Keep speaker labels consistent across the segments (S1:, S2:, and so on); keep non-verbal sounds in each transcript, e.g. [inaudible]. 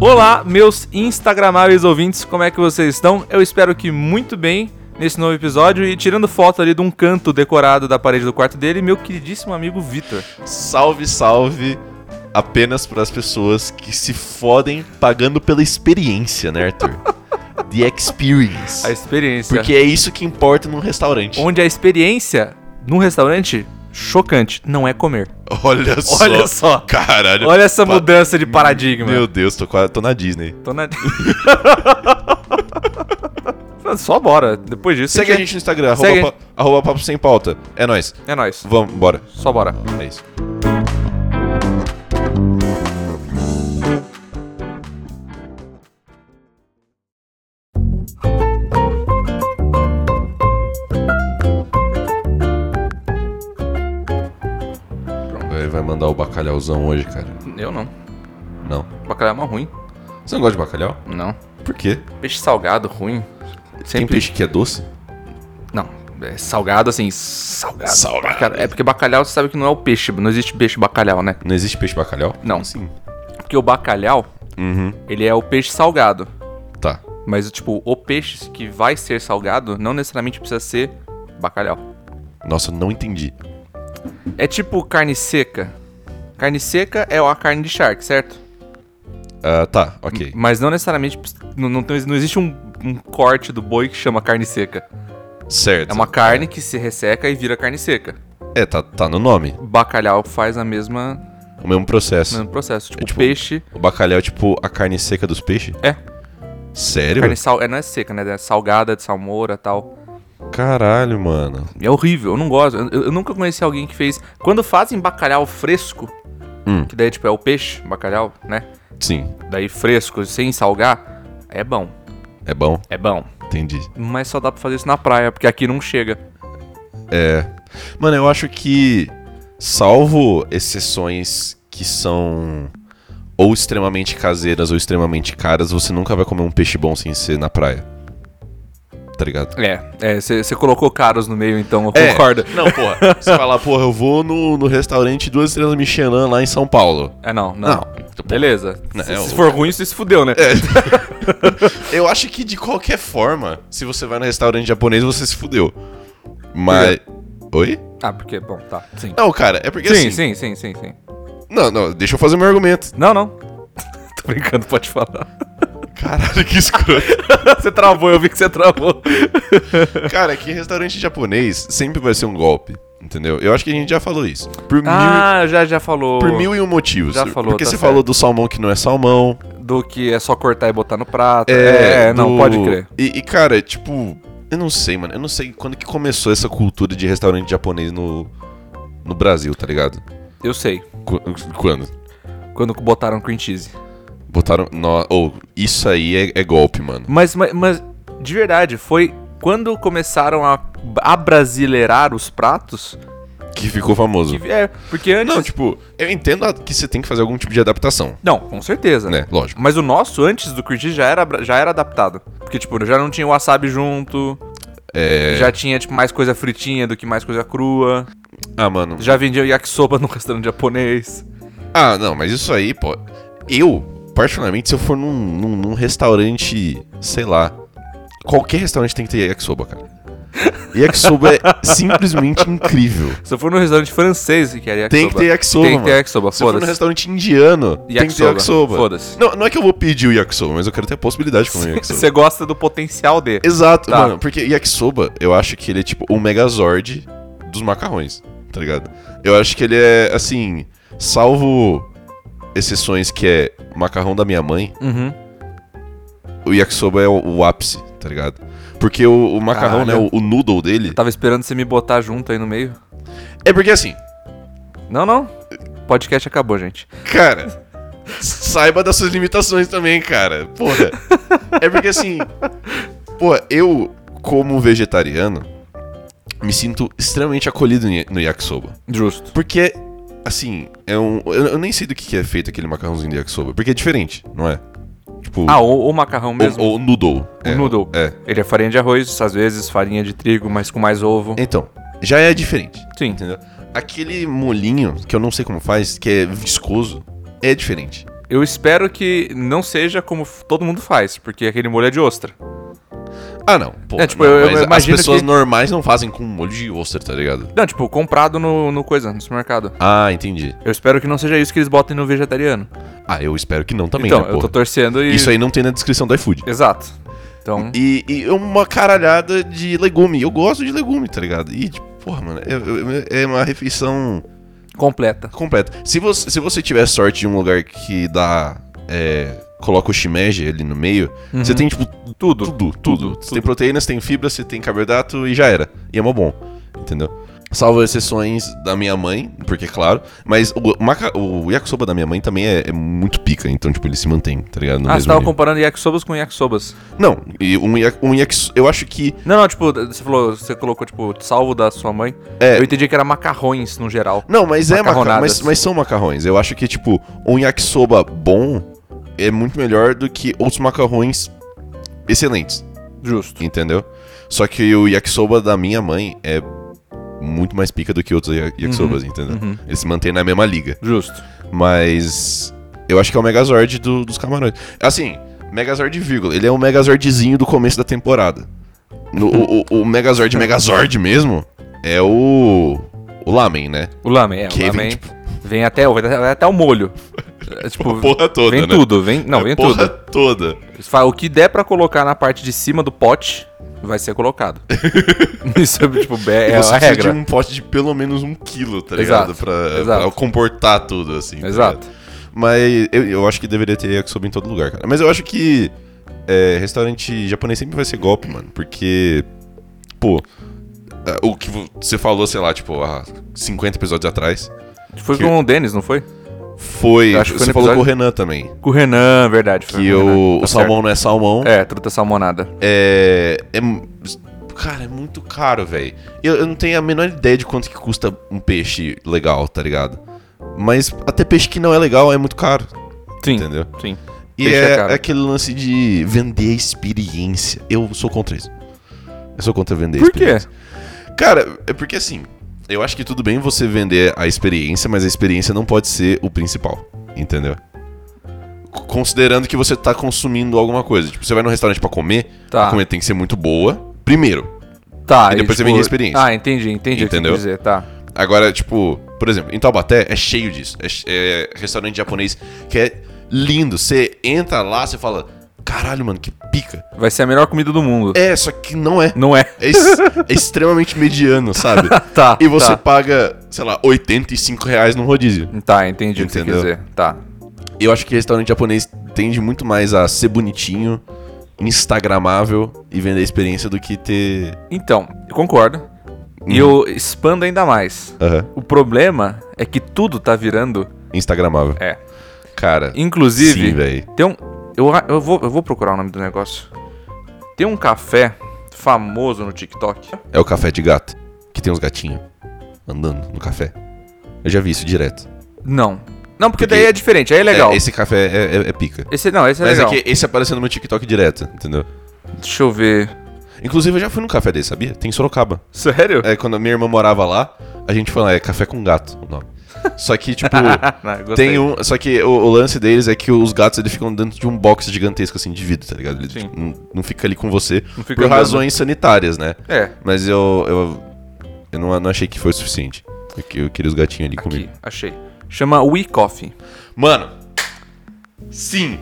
S1: Olá, meus instagramáveis ouvintes, como é que vocês estão? Eu espero que muito bem nesse novo episódio e tirando foto ali de um canto decorado da parede do quarto dele, meu queridíssimo amigo Vitor.
S2: Salve, salve. Apenas para as pessoas que se fodem pagando pela experiência, né, Arthur? The experience.
S1: A experiência.
S2: Porque é isso que importa num restaurante.
S1: Onde a experiência num restaurante chocante não é comer.
S2: Olha só.
S1: Olha só.
S2: Caralho.
S1: Olha essa
S2: Pa-
S1: mudança de paradigma.
S2: Meu Deus, tô, quase, tô na Disney.
S1: Tô na... [laughs] Só bora, depois disso.
S2: Segue a gente no Instagram,
S1: Segue.
S2: arroba, pa- arroba papo sem pauta. É nóis.
S1: É nóis.
S2: Vamos, bora.
S1: Só bora.
S2: É isso. Pronto, Ele vai mandar o bacalhauzão hoje, cara.
S1: Eu não.
S2: Não.
S1: Bacalhau é mó ruim.
S2: Você não gosta de bacalhau?
S1: Não.
S2: Por quê?
S1: Peixe salgado, ruim.
S2: Tem
S1: Sempre.
S2: peixe que é doce?
S1: Não. É salgado assim. Salgado.
S2: Salgado.
S1: Cara, é porque bacalhau você sabe que não é o peixe. Não existe peixe bacalhau, né?
S2: Não existe peixe bacalhau?
S1: Não.
S2: Sim.
S1: Porque o bacalhau,
S2: Uhum.
S1: ele é o peixe salgado.
S2: Tá.
S1: Mas, tipo, o peixe que vai ser salgado não necessariamente precisa ser bacalhau.
S2: Nossa, não entendi.
S1: É tipo carne seca. Carne seca é a carne de shark, certo?
S2: Ah, tá, ok.
S1: Mas não necessariamente. Não, não, tem- não existe um, um corte do boi que chama carne seca.
S2: Certo.
S1: É uma carne que se resseca e vira carne seca.
S2: É, tá, tá no nome.
S1: Bacalhau faz a mesma,
S2: O mesmo processo.
S1: mesmo processo. Tipo,
S2: É tipo-
S1: peixe.
S2: O bacalhau é tipo a carne seca dos peixes?
S1: É.
S2: Sério?
S1: Carne sal, é, não é seca, né? É salgada, de salmoura tal.
S2: Caralho, mano.
S1: É horrível, eu não gosto. Eu, eu nunca conheci alguém que fez. Quando fazem bacalhau fresco,
S2: Hum.
S1: que daí, tipo, é o peixe, bacalhau, né?
S2: Sim,
S1: Daí fresco, sem salgar, é bom.
S2: é bom.
S1: É bom.
S2: Entendi.
S1: Mas só dá pra fazer isso na praia, porque aqui não chega.
S2: É. Mano, eu acho que, salvo exceções que são ou extremamente caseiras ou extremamente caras, você nunca vai comer um peixe bom sem ser na praia. Tá ligado?
S1: É, você colocou caros no meio, então eu
S2: É.
S1: concordo.
S2: Não, porra. Você fala, porra, eu vou no, no restaurante duas estrelas Michelin lá em São Paulo.
S1: É, não, não. Beleza.
S2: Não,
S1: se
S2: é
S1: se
S2: o- É.
S1: for ruim, você se fudeu, né?
S2: Eu acho que de qualquer forma, se você vai no restaurante japonês, você se fudeu. Mas. Oi?
S1: Ah, porque, bom, tá. Sim.
S2: Não, cara, é porque
S1: Sim, sim,
S2: assim.
S1: sim, sim, sim.
S2: Não, não, deixa eu fazer meu argumento.
S1: Não, não. [laughs] Tô brincando, pode falar.
S2: Caralho, que escroto.
S1: [laughs] você travou, eu vi que você travou.
S2: [laughs] cara, que restaurante japonês sempre vai ser um golpe, entendeu? Eu acho que a gente já falou isso. Por,
S1: Ah, já, já falou.
S2: mil, por mil e um motivos.
S1: Já falou,
S2: Porque
S1: tá
S2: você
S1: certo.
S2: falou do salmão que não é salmão.
S1: Do que é só cortar e botar no prato. É, não,
S2: do-
S1: pode crer.
S2: E, e, cara, tipo. Eu não sei, mano. Eu não sei quando que começou essa cultura de restaurante japonês no, no Brasil, tá ligado?
S1: Eu sei.
S2: Qu- Quando?
S1: Quando botaram cream cheese.
S2: Botaram. No... Oh, isso aí é, é golpe, mano.
S1: Mas, mas, mas, de verdade, foi quando começaram a abrasileirar os pratos.
S2: Que ficou famoso.
S1: Que, é, porque antes.
S2: Não, tipo, eu entendo a- que você tem que fazer algum tipo de adaptação,
S1: Não, com certeza.
S2: né? Lógico.
S1: Mas o nosso, antes do cream cheese, já era, abra- já era adaptado. Porque, tipo, já não tinha o wasabi junto. Já tinha, tipo, mais coisa fritinha do que mais coisa crua.
S2: Ah, mano.
S1: Já vendia o yakisoba [laughs] no restaurante japonês.
S2: Ah, não, mas isso aí, pô. Eu, particularmente, se eu for num, num, num restaurante, sei lá. Qualquer restaurante tem que ter yakisoba, cara. [laughs] Yakisoba é simplesmente incrível.
S1: Se eu for num restaurante francês que quer yakisoba.
S2: Tem que ter yakisoba,
S1: Tem que ter
S2: mano.
S1: yakisoba,
S2: Se eu for num
S1: foda-se.
S2: restaurante indiano, tem que ter
S1: Yakisoba,
S2: yakisoba.
S1: foda-se.
S2: Não, não é que eu vou pedir o yakisoba, mas eu quero ter a possibilidade de [laughs] comer yakisoba.
S1: Você gosta do potencial dele.
S2: Exato,
S1: Tá.
S2: mano, porque yakisoba, eu acho que ele é tipo o megazord dos macarrões, tá ligado? Eu acho que ele é, assim, salvo exceções que é macarrão da minha mãe,
S1: Uhum.
S2: o yakisoba é o, o ápice, tá ligado? Porque o, o macarrão,
S1: Caralho.
S2: né, o, o noodle dele,
S1: Tava esperando você me botar junto aí no meio.
S2: é porque assim,
S1: Não, não. Podcast acabou, gente.
S2: cara, saiba das suas limitações também, cara, porra. É porque assim, pô, eu, como vegetariano, me sinto extremamente acolhido em- no yakisoba.
S1: Justo.
S2: Porque, assim, é um. Eu, eu nem sei do que que é feito aquele macarrãozinho de yakisoba. Porque é diferente, não é? tipo.
S1: Ah, ou, ou macarrão mesmo.
S2: ou, ou noodle.
S1: O
S2: é.
S1: noodle.
S2: é.
S1: Ele é farinha de arroz, às vezes farinha de trigo, mas com mais ovo.
S2: Então, já é diferente.
S1: Sim.
S2: Entendeu? Aquele molinho, que eu não sei como faz, que é viscoso, é diferente.
S1: Eu espero que não seja como f- todo mundo faz, porque aquele molho é de ostra.
S2: Ah, não. Pô,
S1: É, tipo,
S2: não,
S1: eu- eu
S2: mas as
S1: imagino
S2: pessoas
S1: que-
S2: normais não fazem com molho de ostra, tá ligado?
S1: Não, tipo, comprado no, no coisa, no supermercado.
S2: Ah, entendi.
S1: Eu espero que não seja isso que eles botem no vegetariano.
S2: Ah, eu espero que não também,
S1: então,
S2: né,
S1: eu tô
S2: porra?
S1: torcendo e.
S2: Isso aí não tem na descrição do iFood.
S1: Exato. Então,
S2: E, e uma caralhada de legume. Eu gosto de legume, tá ligado? E, tipo, porra, mano, é- é, é uma refeição
S1: completa.
S2: completa. Se você, se você tiver sorte de um lugar que dá. é, coloca o shimeji ali no meio, você tem, tipo,
S1: Uhum. Tudo.
S2: tudo, tudo.
S1: tudo,
S2: Você
S1: tudo.
S2: tem proteína, você tem fibra, você tem carboidrato e já era. E é mó bom, entendeu? Salvo exceções da minha mãe, porque claro, mas o, maca, o yakisoba da minha mãe também é, é muito pica, então tipo, ele se mantém, tá ligado? No
S1: ah, você
S2: mesmo
S1: tava
S2: nível.
S1: comparando yakisobas com yakisobas.
S2: Não, e um, yak- um yakisoba, eu acho que
S1: Não, não, tipo, você falou, você colocou, tipo, salvo da sua mãe.
S2: É.
S1: Eu entendi que era macarrões no geral.
S2: Não, mas é macarrão,
S1: Macarronadas.
S2: mas, mas são macarrões. Eu acho que, tipo, um yakisoba bom é muito melhor do que outros macarrões excelentes,
S1: Justo.
S2: entendeu? Só que o yakisoba da minha mãe é muito mais pica do que outros ya- yakisobas, entendeu?
S1: uhum.
S2: Ele se mantém na mesma liga.
S1: Justo.
S2: Mas eu acho que é o Megazord do- dos camarões. Assim, Megazord vírgula, ele é o Megazordzinho do começo da temporada. No- o, o- o Megazord Megazord mesmo é o... O Lamen, né?
S1: O lamen, é.
S2: Que
S1: o
S2: vem,
S1: lamen vem, até, o- vai até o molho. É, tipo,
S2: A [laughs] porra toda,
S1: vem
S2: né?
S1: tudo, vem. Não,
S2: É
S1: vem
S2: porra
S1: tudo.
S2: toda.
S1: Eles falam, O que der pra colocar na parte de cima do pote vai ser
S2: [laughs]
S1: colocado. Isso é, tipo, é,
S2: E
S1: é
S2: você
S1: a
S2: precisa
S1: regra.
S2: de um pote de pelo menos um quilo, tá
S1: Exato,
S2: ligado? Pra,
S1: exato.
S2: pra comportar tudo, assim. tá
S1: Exato.
S2: ligado? Mas eu, eu acho que deveria ter yakisoba em todo lugar, cara. Mas eu acho que é, restaurante japonês sempre vai ser golpe, mano. Porque, pô, é, o que vo- você falou, sei lá, tipo, há 50 episódios atrás,
S1: Foi
S2: que-
S1: com o Denis, não foi?
S2: foi...
S1: Eu acho que foi
S2: você
S1: no
S2: falou
S1: episódio-
S2: com o Renan também.
S1: Com o Renan, verdade. foi
S2: Que
S1: com Renan,
S2: o,
S1: tá
S2: o salmão não é salmão.
S1: certo. É, truta salmonada.
S2: É. é mu- cara, é muito caro, velho. Eu, eu não tenho a menor ideia de quanto que custa um peixe legal, tá ligado? Mas até peixe que não é legal é muito caro,
S1: Sim.
S2: entendeu?
S1: Sim.
S2: E
S1: Peixe
S2: é,
S1: é caro.
S2: é aquele lance de vender experiência. Eu sou contra isso. Eu sou contra vender
S1: Por quê?
S2: experiência. Cara, é porque assim, eu acho que tudo bem você vender a experiência, mas a experiência não pode ser o principal, entendeu? C- Considerando que você tá consumindo alguma coisa. Tipo, você vai num restaurante pra comer,
S1: Tá.
S2: a comida tem que ser muito boa, primeiro.
S1: Tá.
S2: E depois você vende a experiência.
S1: Ah, entendi, entendi
S2: Entendeu?
S1: o que você quer dizer, tá.
S2: Agora, tipo, por exemplo, em Taubaté é cheio disso. É, che- é restaurante japonês que é lindo. Você entra lá, você fala, caralho, mano, que pica.
S1: Vai ser a melhor comida do mundo.
S2: É, só que não é.
S1: Não é?
S2: É, es- é extremamente mediano, sabe?
S1: [laughs] Tá,
S2: E você
S1: tá.
S2: paga, sei lá, 85 reais num rodízio.
S1: Tá, entendi o que você quer
S2: Entendeu?
S1: dizer. Tá.
S2: Eu acho que restaurante japonês tende muito mais a ser bonitinho, instagramável e vender experiência do que ter...
S1: Então, eu concordo. E
S2: Uhum.
S1: eu expando ainda mais.
S2: Aham,
S1: O problema é que tudo tá virando.
S2: instagramável.
S1: É.
S2: Cara,
S1: Inclusive,
S2: sim, velho.
S1: tem um. Eu, eu, vou, eu vou procurar o nome do negócio. Tem um café famoso no TikTok.
S2: É o café de gato, que tem uns gatinhos andando no café. Eu já vi isso direto.
S1: Não. Não, porque,
S2: Porque-
S1: daí é diferente, aí é legal.
S2: É,
S1: esse...
S2: esse café é, é- é pica.
S1: não, esse é
S2: Mas é
S1: legal.
S2: que esse apareceu no meu TikTok direto, entendeu?
S1: Deixa eu ver.
S2: Inclusive, eu já fui num café desse, sabia? Tem em Sorocaba.
S1: Sério?
S2: É, quando a minha irmã morava lá, a gente foi lá, é café com gato
S1: [laughs]
S2: o nome. Só que, tipo,
S1: Não, gostei.
S2: tem um. Só que o, o lance deles é que os gatos eles ficam dentro de um box gigantesco, assim, de vidro, tá ligado? Ele
S1: Sim.
S2: tipo, não, não fica ali com você
S1: Não
S2: por
S1: fica andando.
S2: razões sanitárias, né?
S1: É,
S2: Mas eu. Eu, eu não, não achei que foi o suficiente. Eu, que- eu queria os gatinhos ali
S1: aqui,
S2: comigo.
S1: achei. Chama We Coffee.
S2: Mano! Sim!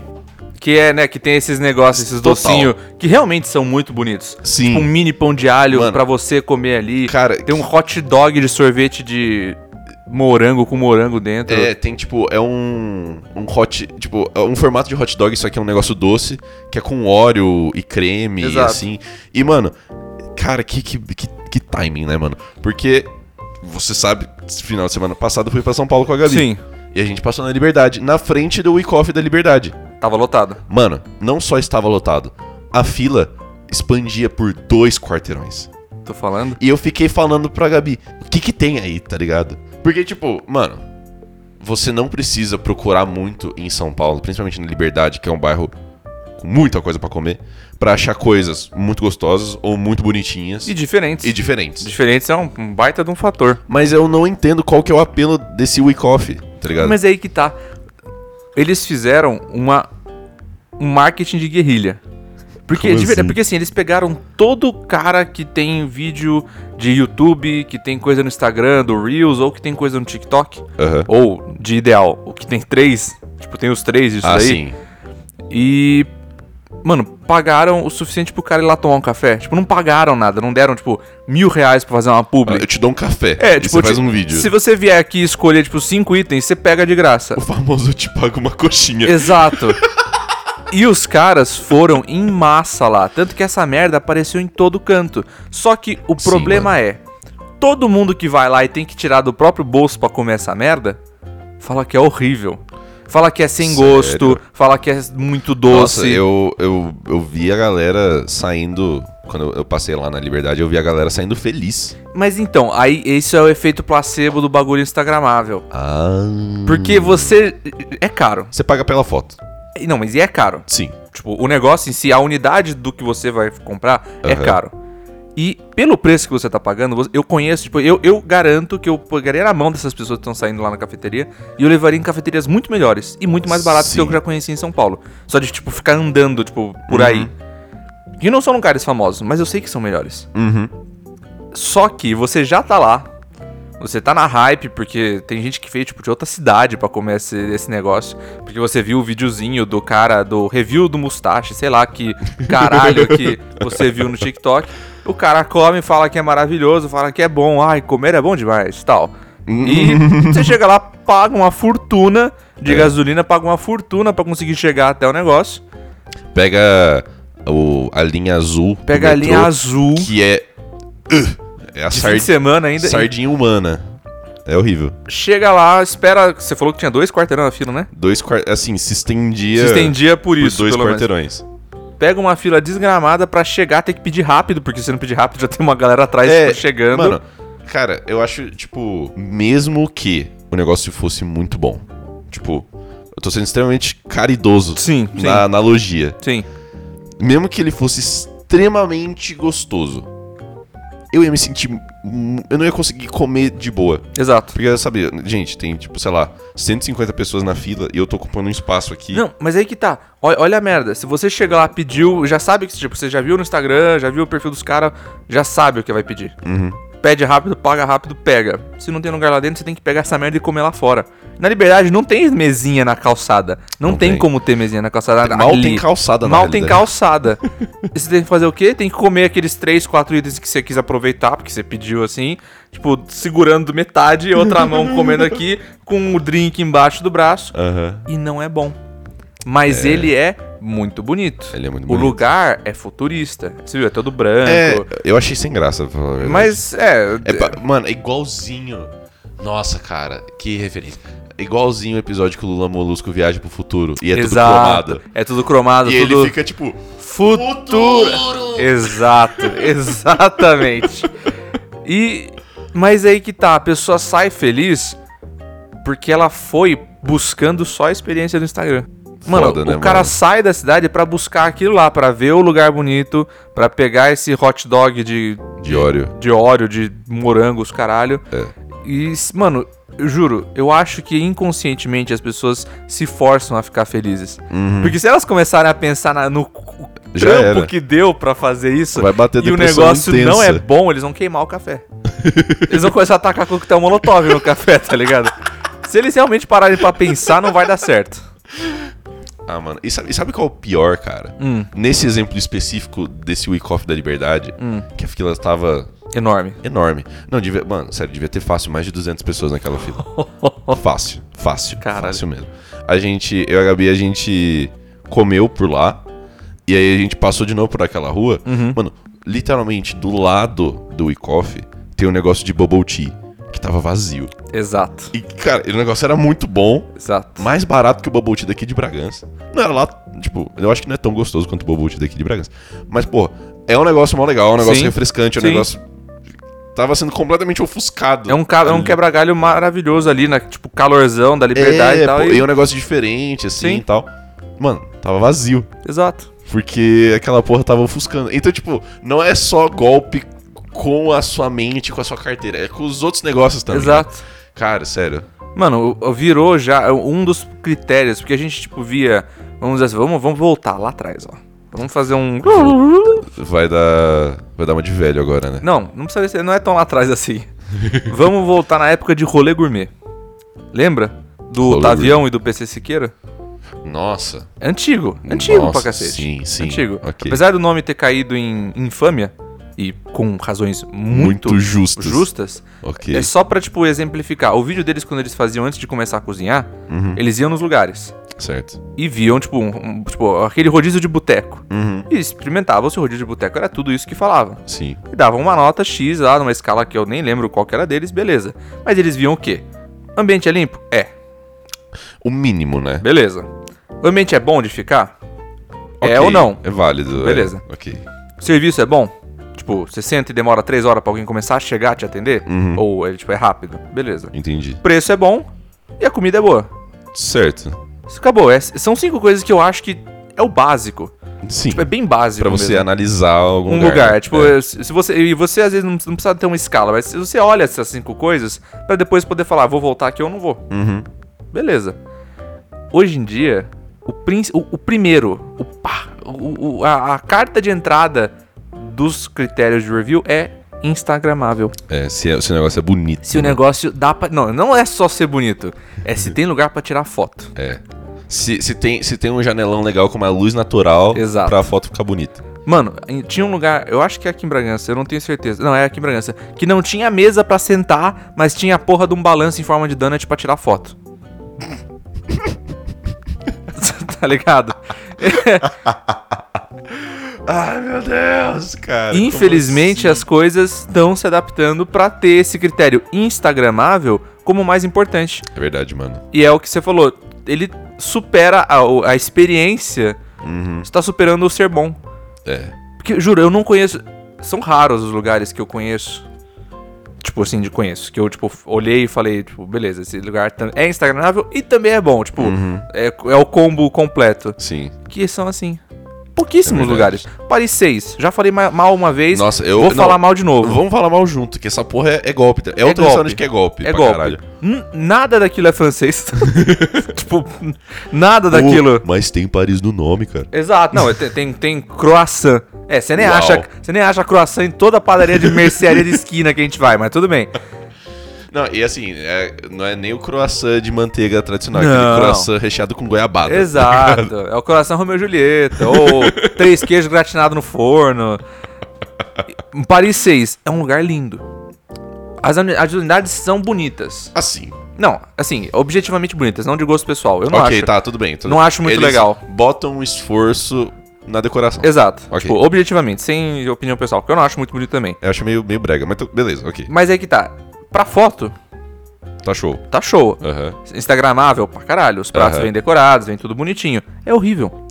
S1: Que é, né, que tem esses negócios, esses
S2: Total.
S1: docinhos, que realmente são muito bonitos.
S2: Sim.
S1: Tipo um mini pão de alho
S2: Mano.
S1: pra você comer ali.
S2: Cara,
S1: tem um hot dog de sorvete de morango com morango dentro.
S2: É, tem tipo, é um. Um hot. Tipo, é um formato de hot dog, só que é um negócio doce, que é com óleo e creme,
S1: Exato.
S2: assim. E, mano, cara, que, que, que, que timing, né, mano? Porque. Você sabe, esse final de semana passado eu fui pra São Paulo com a Gabi.
S1: Sim,
S2: E a gente passou na Liberdade, na frente do Week Off da Liberdade.
S1: tava lotado.
S2: Mano, não só estava lotado, a fila expandia por dois quarteirões.
S1: Tô falando.
S2: E eu fiquei falando pra Gabi, o que que tem aí, tá ligado? Porque, tipo, mano, você não precisa procurar muito em São Paulo, principalmente na Liberdade, que é um bairro com muita coisa pra comer, pra achar coisas muito gostosas ou muito bonitinhas
S1: E diferentes.
S2: e diferentes.
S1: Diferentes é um um baita de um fator.
S2: Mas eu não entendo qual que é o apelo desse week off, tá ligado?
S1: Mas é aí que tá. Eles fizeram uma um marketing de guerrilha. Porque,
S2: Como
S1: de verdade-
S2: assim?
S1: porque assim, eles pegaram todo cara que tem vídeo de YouTube, que tem coisa no Instagram, do Reels, ou que tem coisa no TikTok,
S2: Aham.
S1: ou de ideal, o que tem três, tipo, tem os três disso
S2: Ah,
S1: daí.
S2: sim.
S1: E. Mano, pagaram o suficiente pro cara ir lá tomar um café. Tipo, não pagaram nada, não deram, tipo, mil reais pra fazer uma publi.
S2: Eu te dou um café.
S1: É,
S2: e
S1: tipo,
S2: você
S1: te-
S2: faz um vídeo.
S1: Se você vier aqui e escolher, tipo, cinco itens, você pega de graça.
S2: O famoso eu te pago uma coxinha.
S1: Exato. E os caras foram em massa lá. Tanto que essa merda apareceu em todo canto. Só que o
S2: Sim,
S1: problema é: todo mundo que vai lá e tem que tirar do próprio bolso pra comer essa merda, fala que é horrível. Fala que é sem
S2: Sério?
S1: gosto, fala que é muito doce.
S2: Nossa, eu, eu, eu vi a galera saindo. Quando eu- eu passei lá na Liberdade, eu vi a galera saindo feliz.
S1: Mas então, aí esse é o efeito placebo do bagulho instagramável.
S2: Ah.
S1: Porque você. É caro.
S2: Você paga pela foto.
S1: E Não, mas e é caro.
S2: Sim.
S1: Tipo, o negócio em si, a unidade do que você vai comprar é
S2: Aham.
S1: caro. E pelo preço que você tá pagando, você- eu conheço, tipo, eu, eu garanto que eu pegaria na mão dessas pessoas que estão saindo lá na cafeteria e eu levaria em cafeterias muito melhores e muito mais baratas que eu
S2: Sim. Uhum.
S1: já conheci em São Paulo. Só de, tipo, ficar andando, tipo, por aí. E não são lugares famosos, mas eu sei que são melhores.
S2: Uhum.
S1: Só que você já tá lá. Você tá na hype, porque tem gente que fez, tipo, de outra cidade pra comer esse, esse negócio. Porque você viu o videozinho do cara, do review do Mustache, sei lá
S2: [laughs]
S1: que caralho que você viu no TikTok. O cara come, fala que é maravilhoso, fala que é bom, ai, comer é bom demais, tal.
S2: [laughs]
S1: E você chega lá, paga uma fortuna de
S2: É.
S1: gasolina, paga uma fortuna pra conseguir chegar até o negócio.
S2: Pega o, a linha azul. do
S1: Pega a
S2: metrô,
S1: linha azul, de
S2: Que é. Ugh, é a
S1: fim de
S2: sard...
S1: semana ainda. e
S2: sardinha humana. É horrível.
S1: Chega lá, espera. Você falou que tinha dois quarteirão na fila, né?
S2: Dois quar- Assim, se estendia.
S1: Se estendia por,
S2: por
S1: isso,
S2: dois
S1: pelo menos.
S2: quarteirões.
S1: Pega uma fila desgramada pra chegar, tem que pedir rápido, porque se não pedir rápido já tem uma galera atrás tipo, chegando.
S2: É, Mano, cara, eu acho, tipo, mesmo que o negócio fosse muito bom. Tipo, eu tô sendo extremamente caridoso
S1: sim, sim.
S2: na analogia.
S1: Sim.
S2: Mesmo que ele fosse extremamente gostoso, eu ia me sentir. mu- Eu não ia conseguir comer de boa.
S1: Exato.
S2: Porque, sabe, gente, tem, tipo, sei lá, 150 pessoas na fila e eu tô ocupando um espaço aqui.
S1: Não, mas aí que tá. Olha, olha a merda. Se você chegar lá, pediu, já sabe que tipo, você já viu no Instagram, já viu o perfil dos caras, já sabe o que vai pedir.
S2: Uhum.
S1: Pede rápido, paga rápido, pega. Se não tem lugar lá dentro, você tem que pegar essa merda e comer lá fora. Na liberdade, não tem mesinha na calçada. Não,
S2: Não
S1: tem,
S2: tem.
S1: como ter mesinha na calçada.
S2: Mal
S1: ali.
S2: tem calçada na
S1: Mal tem
S2: realidade.
S1: calçada. [laughs] E você tem que fazer o quê? Tem que comer aqueles 3, 4 itens que você quis aproveitar, porque você pediu assim, tipo, segurando metade e outra
S2: [laughs]
S1: mão comendo aqui, com o drink embaixo do braço.
S2: Aham.
S1: E não é bom. Mas ele é muito bonito.
S2: Ele é muito
S1: O
S2: bonito.
S1: lugar é futurista. Você viu? É todo branco.
S2: É, eu achei sem graça, pra falar a verdade.
S1: Mas é.
S2: É, pa- mano, é igualzinho. Nossa, cara, que referência. É Igualzinho o episódio que o Lula Molusco viaja pro futuro e é
S1: exato.
S2: tudo cromado.
S1: é tudo cromado,
S2: E
S1: tudo
S2: ele fica tipo,
S1: futuro.
S2: futuro!
S1: Exato, exatamente. E mas aí que tá, a pessoa sai feliz porque ela foi buscando só a experiência do Instagram. Mano,
S2: Foda,
S1: o
S2: né,
S1: cara
S2: mano?
S1: sai da cidade pra buscar aquilo lá, pra ver o lugar bonito, pra pegar esse hot dog de
S2: É De óleo.
S1: de óleo, de morangos, caralho.
S2: É.
S1: E, mano, eu juro, eu acho que inconscientemente as pessoas se forçam a ficar felizes. Porque se elas começarem a pensar na- no c-
S2: Uhum. Já
S1: trampo
S2: era.
S1: que deu pra fazer isso
S2: Vai bater
S1: e o
S2: depressão
S1: negócio
S2: intensa.
S1: não é bom, eles vão queimar o café. eles vão começar a atacar coquetel molotov no café, tá ligado? Se eles realmente pararem pra pensar, não vai dar certo.
S2: Ah, mano. E sabe, e sabe qual é o pior, cara?
S1: Hum.
S2: Nesse exemplo específico desse Week Off da Liberdade,
S1: Hum.
S2: que a fila tava
S1: Enorme.
S2: enorme. Não, devia, mano, sério, devia ter fácil mais de 200 pessoas naquela fila. fácil, fácil,
S1: Caralho.
S2: fácil mesmo. A gente, eu e a Gabi, a gente comeu por lá e aí a gente passou de novo por aquela rua. Mano, literalmente do lado do Wyckoff tem um negócio de bubble tea que tava vazio.
S1: Exato,
S2: E cara, o negócio era muito bom.
S1: exato.
S2: Mais barato que o bubble tea daqui de Bragança. Não era lá, tipo, eu acho que não é tão gostoso quanto o bubble tea daqui de Bragança. Mas, pô, é um negócio mó legal, é um negócio
S1: Sim.
S2: refrescante, é um
S1: Sim.
S2: negócio... Tava sendo completamente ofuscado.
S1: É um, ca- é um
S2: ali.
S1: quebra-galho maravilhoso ali, na, tipo, calorzão da liberdade
S2: é,
S1: e tal.
S2: pô,
S1: e-
S2: e é um negócio diferente,
S1: tá
S2: assim,
S1: Sim.
S2: e tal. Mano, tava vazio.
S1: Exato.
S2: Porque aquela porra tava ofuscando. Então, tipo, não é só golpe com a sua mente, com a sua carteira. É com os outros negócios também. né?
S1: Exato.
S2: Cara, sério.
S1: Mano, o- o- virou já um dos critérios, porque a gente, tipo, via. Vamos dizer assim, vamos, vamos voltar lá atrás, ó. Vamos fazer um.
S2: Vai dar. Vai dar uma de velho agora, né?
S1: Não, não precisa ser, não é tão lá atrás
S2: [laughs]
S1: assim. vamos voltar na época de rolê gourmet. Lembra? Do
S2: Rolê
S1: Otavião e do PC Siqueira?
S2: Nossa.
S1: É antigo, antigo
S2: Nossa,
S1: pra cacete. É
S2: Sim, sim.
S1: Antigo.
S2: Ok.
S1: Apesar do nome ter caído em infâmia, e com razões muito,
S2: Muito justos.
S1: justas,
S2: Ok.
S1: é só pra, tipo, exemplificar. O vídeo deles, quando eles faziam antes de começar a cozinhar,
S2: Uhum.
S1: eles iam nos lugares
S2: Certo.
S1: e viam, tipo, um- um- tipo aquele rodízio de boteco.
S2: Uhum.
S1: E experimentavam se o rodízio de boteco era tudo isso que falavam.
S2: Sim.
S1: E davam uma nota X lá numa escala que eu nem lembro qual que era deles, beleza. Mas eles viam o quê? Ambiente é limpo? É,
S2: O mínimo, né?
S1: beleza. O ambiente é bom de ficar? É
S2: Ok,
S1: ou não?
S2: É válido. é.
S1: Beleza.
S2: Ok.
S1: Serviço é bom? Tipo, você senta e demora três horas pra alguém começar a chegar a te atender?
S2: Uhum.
S1: Ou é, tipo, é rápido? Beleza.
S2: Entendi.
S1: Preço é bom e a comida é boa.
S2: Certo.
S1: Isso acabou. É- são cinco coisas que eu acho que é o básico.
S2: Sim.
S1: Tipo, é bem básico
S2: pra você
S1: mesmo.
S2: analisar algum
S1: Um
S2: lugar.
S1: lugar,
S2: né?
S1: tipo, se se você e você às vezes não não precisa ter uma escala, mas se você olha essas cinco coisas pra depois poder falar, vou voltar aqui ou não vou.
S2: Uhum.
S1: Beleza. Hoje em dia, o, princ- o, o primeiro, o pá, o- o- a, a carta de entrada dos critérios de review é instagramável.
S2: É, se, é- se o negócio é bonito.
S1: Se o
S2: né?
S1: negócio dá pra... Não, não é só ser bonito. É
S2: [laughs]
S1: se tem lugar pra tirar foto.
S2: é. Se, se, tem, se tem um janelão legal com uma luz natural
S1: Exato.
S2: pra foto ficar bonita.
S1: Mano, em- tinha um lugar, eu acho que é aqui em Bragança, eu não tenho certeza. Não, é aqui em Bragança. Que não tinha mesa pra sentar, mas tinha a porra de um balanço em forma de donut pra tirar foto. [laughs] tá ligado?
S2: Ai, meu Deus, cara.
S1: Infelizmente,
S2: assim?
S1: as coisas estão se adaptando pra ter esse critério instagramável como o mais importante.
S2: É verdade, mano.
S1: E é o que você falou, ele supera a, o- a experiência,
S2: Uhum.
S1: está superando o ser bom.
S2: É.
S1: Porque, juro, eu não conheço. São raros os lugares que eu conheço. Tipo assim, de conheço. Que eu, tipo, olhei e falei, tipo, beleza, esse lugar tam- é instagramável e também é bom. Tipo,
S2: Uhum.
S1: é, é o combo completo.
S2: Sim.
S1: Que são assim. Pouquíssimos
S2: É verdade.
S1: lugares. Paris 6. Já falei ma- mal uma vez.
S2: Nossa, eu-
S1: Vou
S2: não.
S1: falar mal de novo.
S2: Vamos falar mal junto, que essa porra é, é golpe. É, outro
S1: golpe.
S2: restaurante que é golpe.
S1: É
S2: pra
S1: golpe.
S2: Caralho.
S1: N- Nada daquilo é francês. [laughs] tipo, nada daquilo.
S2: Uh, mas tem Paris no nome, cara.
S1: Exato. Não, tem, tem, tem croissant. É, você nem,
S2: Uau.
S1: acha, você nem acha croissant em toda a padaria de mercearia de esquina que a gente vai, mas tudo bem.
S2: Não, e assim, é- não é nem o croissant de manteiga tradicional, é
S1: Não.
S2: aquele croissant recheado com goiabada.
S1: Exato. É o coração Romeu e Julieta. Ou três queijos gratinados no forno. E- Paris 6 é um lugar lindo. As, uni- as unidades são bonitas.
S2: Assim.
S1: Não, assim, objetivamente bonitas, não de gosto pessoal. Eu não
S2: ok,
S1: acho.
S2: tá, tudo bem. tudo
S1: Não
S2: bem.
S1: acho muito
S2: Eles
S1: legal.
S2: Botam um esforço na decoração.
S1: Exato.
S2: Ok.
S1: Tipo, objetivamente, sem opinião pessoal, porque eu não acho muito bonito também.
S2: Eu acho meio, meio brega, mas tu- beleza, ok.
S1: Mas é que tá. Pra foto,
S2: Tá show.
S1: tá show.
S2: Aham.
S1: Instagramável pra caralho. Os pratos
S2: Aham.
S1: vêm decorados, vem tudo bonitinho. É horrível.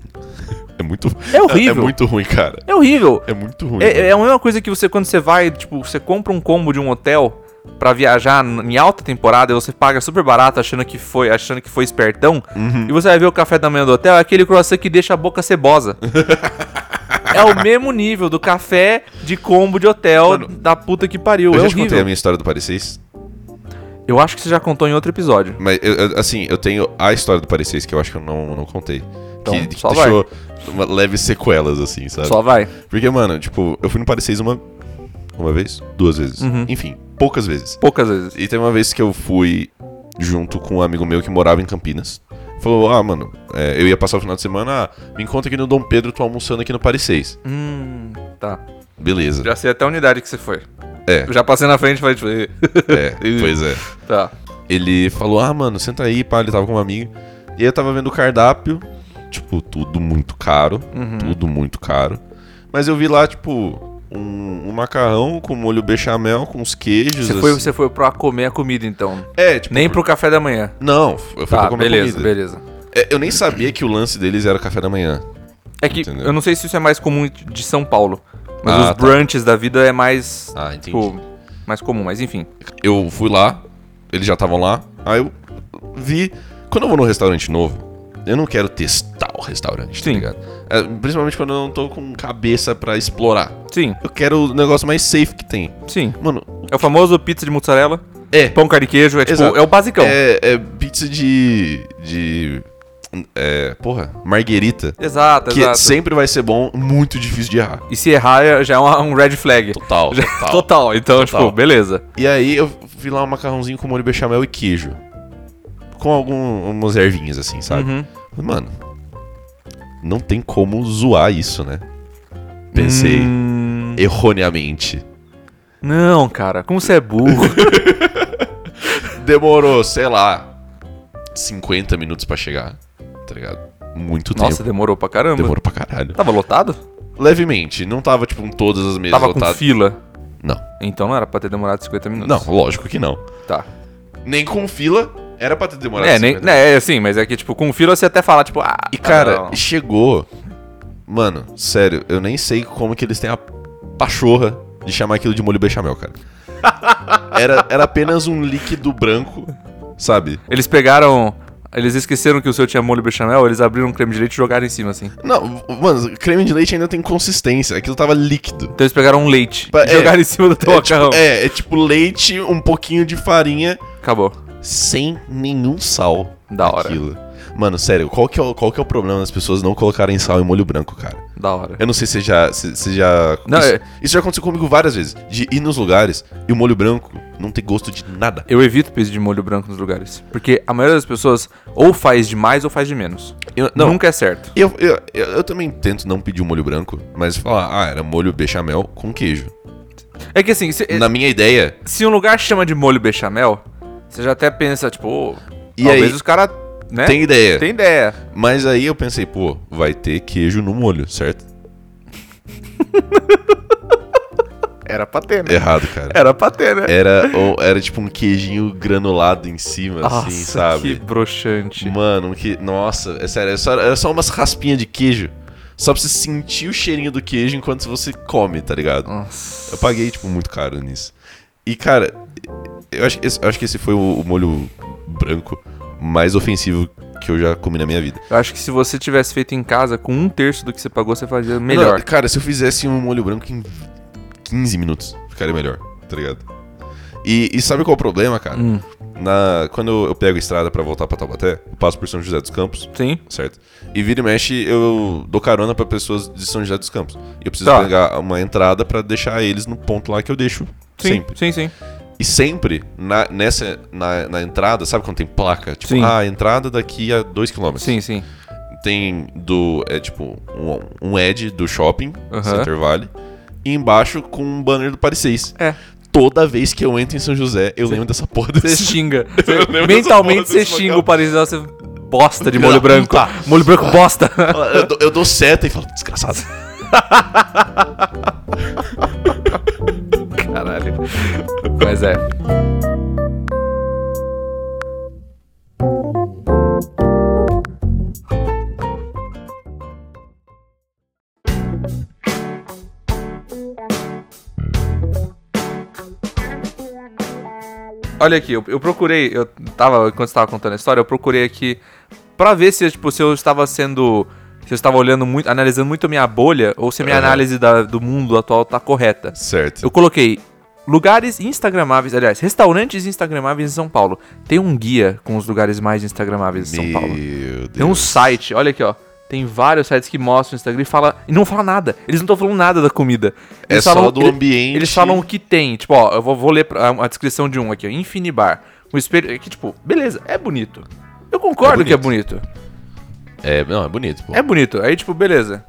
S2: É muito.
S1: [laughs] É horrível.
S2: É, muito ruim, cara.
S1: É horrível.
S2: É muito ruim.
S1: É, é a mesma coisa que você, quando você vai, tipo, você compra um combo de um hotel pra viajar n- em alta temporada e você paga super barato achando que foi, achando que foi espertão.
S2: Uhum.
S1: E você vai ver o café da manhã do hotel, é aquele croissant que deixa a boca
S2: [laughs]
S1: cebosa. é o mesmo nível do café de combo de hotel
S2: Mano,
S1: da puta que pariu.
S2: Eu,
S1: é
S2: já te contei a
S1: horrível.
S2: minha história do Paris 6,
S1: Eu acho que você já contou em outro episódio.
S2: mas eu- eu- assim, eu tenho a história do Paris 6 que eu acho que eu não, não contei.
S1: Então,
S2: que, que
S1: só vai.
S2: deixou uma- leves sequelas, assim, sabe?
S1: Só vai.
S2: Porque, mano, tipo, eu fui no Paris 6 uma. Uma vez? Duas vezes.
S1: Uhum.
S2: Enfim, poucas vezes.
S1: Poucas vezes.
S2: E tem uma vez que eu fui junto com um amigo meu que morava em Campinas. Falou, ah, mano, é, eu ia passar o final de semana, ah, me encontra aqui no Dom Pedro, tô almoçando aqui no Paris 6.
S1: Hum, tá.
S2: Beleza.
S1: Já sei até a unidade que você foi.
S2: É,
S1: Eu já passei na frente e falei, tipo, "Ih". [laughs]
S2: é, pois é.
S1: tá.
S2: Ele falou, ah, mano, senta aí, pá, ele tava com uma amiga. E aí eu tava vendo o cardápio, tipo, tudo muito caro,
S1: Uhum.
S2: tudo muito caro. Mas eu vi lá, tipo, um, um macarrão com molho bechamel, com os queijos.
S1: Você foi,
S2: assim.
S1: você foi pra comer a comida, então.
S2: É, tipo...
S1: Nem pro café da manhã.
S2: Não, eu fui pra
S1: Tá,
S2: comer
S1: beleza,
S2: comida.
S1: beleza.
S2: É, eu nem sabia que o lance deles era café da manhã.
S1: É que
S2: Entendeu?
S1: eu não sei se isso é mais comum de São Paulo, mas
S2: Ah,
S1: os
S2: tá.
S1: brunches da vida é mais,
S2: Ah, entendi.
S1: tipo, mais comum, mas enfim.
S2: Eu fui lá, eles já estavam lá, aí eu vi. Quando eu vou num restaurante novo, eu não quero testar o o restaurante, tá
S1: Sim.
S2: ligado? É, principalmente quando eu não tô com cabeça pra explorar.
S1: Sim,
S2: Eu quero o negócio mais safe que tem.
S1: sim.
S2: Mano,
S1: É o famoso pizza de mozzarella,
S2: é.
S1: pão, carne e queijo, é tipo,
S2: Exato.
S1: é o basicão.
S2: É, é pizza de. de. É, porra, marguerita.
S1: Exato,
S2: Que
S1: exato.
S2: sempre vai ser bom, muito difícil de errar.
S1: E se errar, é- já é uma- um red flag. [laughs]
S2: Total,
S1: Já-
S2: total.
S1: total. Então,
S2: Total.
S1: tipo, beleza.
S2: E aí eu vi lá um macarrãozinho com molho bechamel e queijo. Com algumas ervinhas assim, sabe?
S1: Uhum.
S2: Mano, não tem como zoar isso, né? Pensei
S1: Hum,
S2: erroneamente.
S1: Não, cara, como você é burro.
S2: Demorou, sei lá, 50 minutos pra chegar, tá ligado? Muito
S1: Nossa,
S2: tempo.
S1: demorou pra caramba.
S2: Demorou pra caralho.
S1: Tava lotado?
S2: Levemente, não tava tipo em todas as mesas
S1: Tava com
S2: lotadas.
S1: fila.
S2: Não,
S1: Então não era pra ter demorado 50 minutos.
S2: não, lógico que não.
S1: Tá.
S2: Nem com fila, era pra ter demorado
S1: É, nem,
S2: 50
S1: né, é, assim, mas é que, tipo, com fila você até fala, tipo, ah.
S2: E cara,
S1: não.
S2: chegou. Mano, sério, eu nem sei como que eles têm a pachorra de chamar aquilo de molho
S1: [laughs]
S2: bechamel, cara. Era, era apenas um líquido branco, sabe?
S1: eles pegaram. Eles esqueceram que o seu tinha molho bechamel, eles abriram um creme de leite e jogaram em cima, assim.
S2: Não, mano, creme de leite ainda tem consistência, aquilo tava líquido.
S1: Então eles pegaram um leite
S2: Pa-
S1: e
S2: é.
S1: jogaram em cima do teu
S2: é,
S1: macarrão.
S2: tipo, é, é tipo leite, um pouquinho de farinha,
S1: Acabou.
S2: sem nenhum sal.
S1: Da hora.
S2: naquilo. Mano, sério, qual que, é o, qual que é o problema das pessoas não colocarem sal em molho branco, cara?
S1: Da hora.
S2: Eu não sei se você já. Se, se já
S1: Não,
S2: isso,
S1: é-
S2: isso já aconteceu comigo várias vezes. De ir nos lugares e o molho branco não ter gosto de nada.
S1: Eu evito peso de molho branco nos lugares. Porque a maioria das pessoas ou faz de mais ou faz de menos.
S2: Eu, não.
S1: Nunca é certo.
S2: Eu, eu, eu, eu também tento não pedir o molho branco, mas falar, ah, era molho bechamel com queijo.
S1: É que assim, se,
S2: Na minha ideia.
S1: se um lugar chama de molho bechamel, você já até pensa, tipo, ô,
S2: E
S1: talvez
S2: aí?
S1: os caras, né?
S2: Tem ideia.
S1: Tem ideia.
S2: Mas aí eu pensei, pô, vai ter queijo no molho, certo?
S1: Era pra ter, né?
S2: Errado, cara.
S1: Era pra ter, né?
S2: Era, ou, era tipo um queijinho granulado em cima,
S1: Nossa,
S2: assim, sabe?
S1: que broxante.
S2: Mano, que. Nossa, é sério, é só, era só umas raspinhas de queijo. Só pra você sentir o cheirinho do queijo enquanto você come, tá ligado?
S1: Nossa.
S2: Eu paguei, tipo, muito caro nisso. E, cara, eu acho, que esse- eu acho que esse foi o, o molho branco mais ofensivo que eu já comi na minha vida.
S1: Eu acho que se você tivesse feito em casa com um terço do que você pagou, você fazia
S2: Não, é
S1: melhor.
S2: cara, se eu fizesse um molho branco em 15 minutos, ficaria melhor, tá ligado? E, e sabe qual é o problema, cara?
S1: Hum.
S2: Na, quando eu pego a estrada pra voltar pra Taubaté, eu passo por São José dos Campos,
S1: Sim.
S2: certo? E vira e mexe, eu dou carona pra pessoas de São José dos Campos. E eu preciso
S1: Tá.
S2: pegar uma entrada pra deixar eles no ponto lá que eu deixo
S1: Sim,
S2: sempre.
S1: sim, sim.
S2: E sempre na, nessa, na, na entrada, sabe quando tem placa? Tipo,
S1: Sim.
S2: ah, a entrada daqui a 2km.
S1: Sim, sim.
S2: Tem do. É tipo, um, um Ed do shopping,
S1: Aham.
S2: Center Valley. E embaixo com um banner do Paris 6.
S1: É.
S2: Toda vez que eu entro em São José, [laughs] eu lembro dessa porra
S1: Você
S2: desse
S1: xinga.
S2: Eu
S1: Você-
S2: lembro
S1: mentalmente
S2: dessa porra
S1: você
S2: desse
S1: xinga
S2: macarrão.
S1: o parisiano, você é bosta de
S2: Filha
S1: molho
S2: da
S1: branco.
S2: puta.
S1: Molho branco bosta.
S2: Eu dou, eu dou seta e falo,
S1: [laughs]
S2: desgraçado.
S1: Caralho. Mas é. Olha aqui, eu, eu procurei, eu tava, enquanto você tava contando a história, eu procurei aqui pra ver se, tipo, se eu estava sendo. Se eu estava olhando muito, analisando muito a minha bolha, ou se a minha
S2: Aham.
S1: análise da- do mundo atual tá correta.
S2: Certo.
S1: Eu coloquei lugares instagramáveis, aliás, restaurantes instagramáveis em São Paulo. Tem um guia com os lugares mais instagramáveis em São Paulo.
S2: Meu Deus.
S1: Tem um site, olha aqui, ó. Tem vários sites que mostram o Instagram e fala e não fala nada. Eles não estão falando nada da comida.
S2: É
S1: Eles
S2: só
S1: falam-
S2: do
S1: ele-
S2: ambiente.
S1: Eles falam o que tem. Tipo, ó, eu vou, vou ler pra- a, a descrição de um aqui, ó. Infinibar. Um espelho. é Que, tipo, beleza, é bonito. Eu concordo
S2: É
S1: que é bonito.
S2: É, não, é bonito, pô.
S1: É bonito. Aí, tipo, beleza.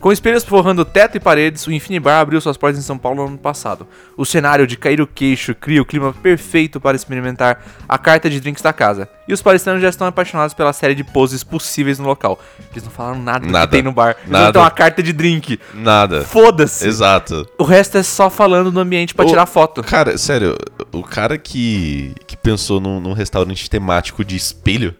S1: Com espelhos forrando teto e paredes, o Infinibar abriu suas portas em São Paulo no ano passado. O cenário de cair o queixo cria o clima perfeito para experimentar a carta de drinks da casa. E os paulistanos já estão apaixonados pela série de poses possíveis no local. Eles não falaram nada, do
S2: Nada.
S1: que tem no bar. Eles não
S2: Nada.
S1: têm uma carta de drink.
S2: Nada.
S1: Foda-se.
S2: Exato.
S1: O resto é só falando no ambiente pra
S2: Ô,
S1: tirar foto.
S2: Cara, sério, o cara que, que pensou num, num restaurante temático de espelho.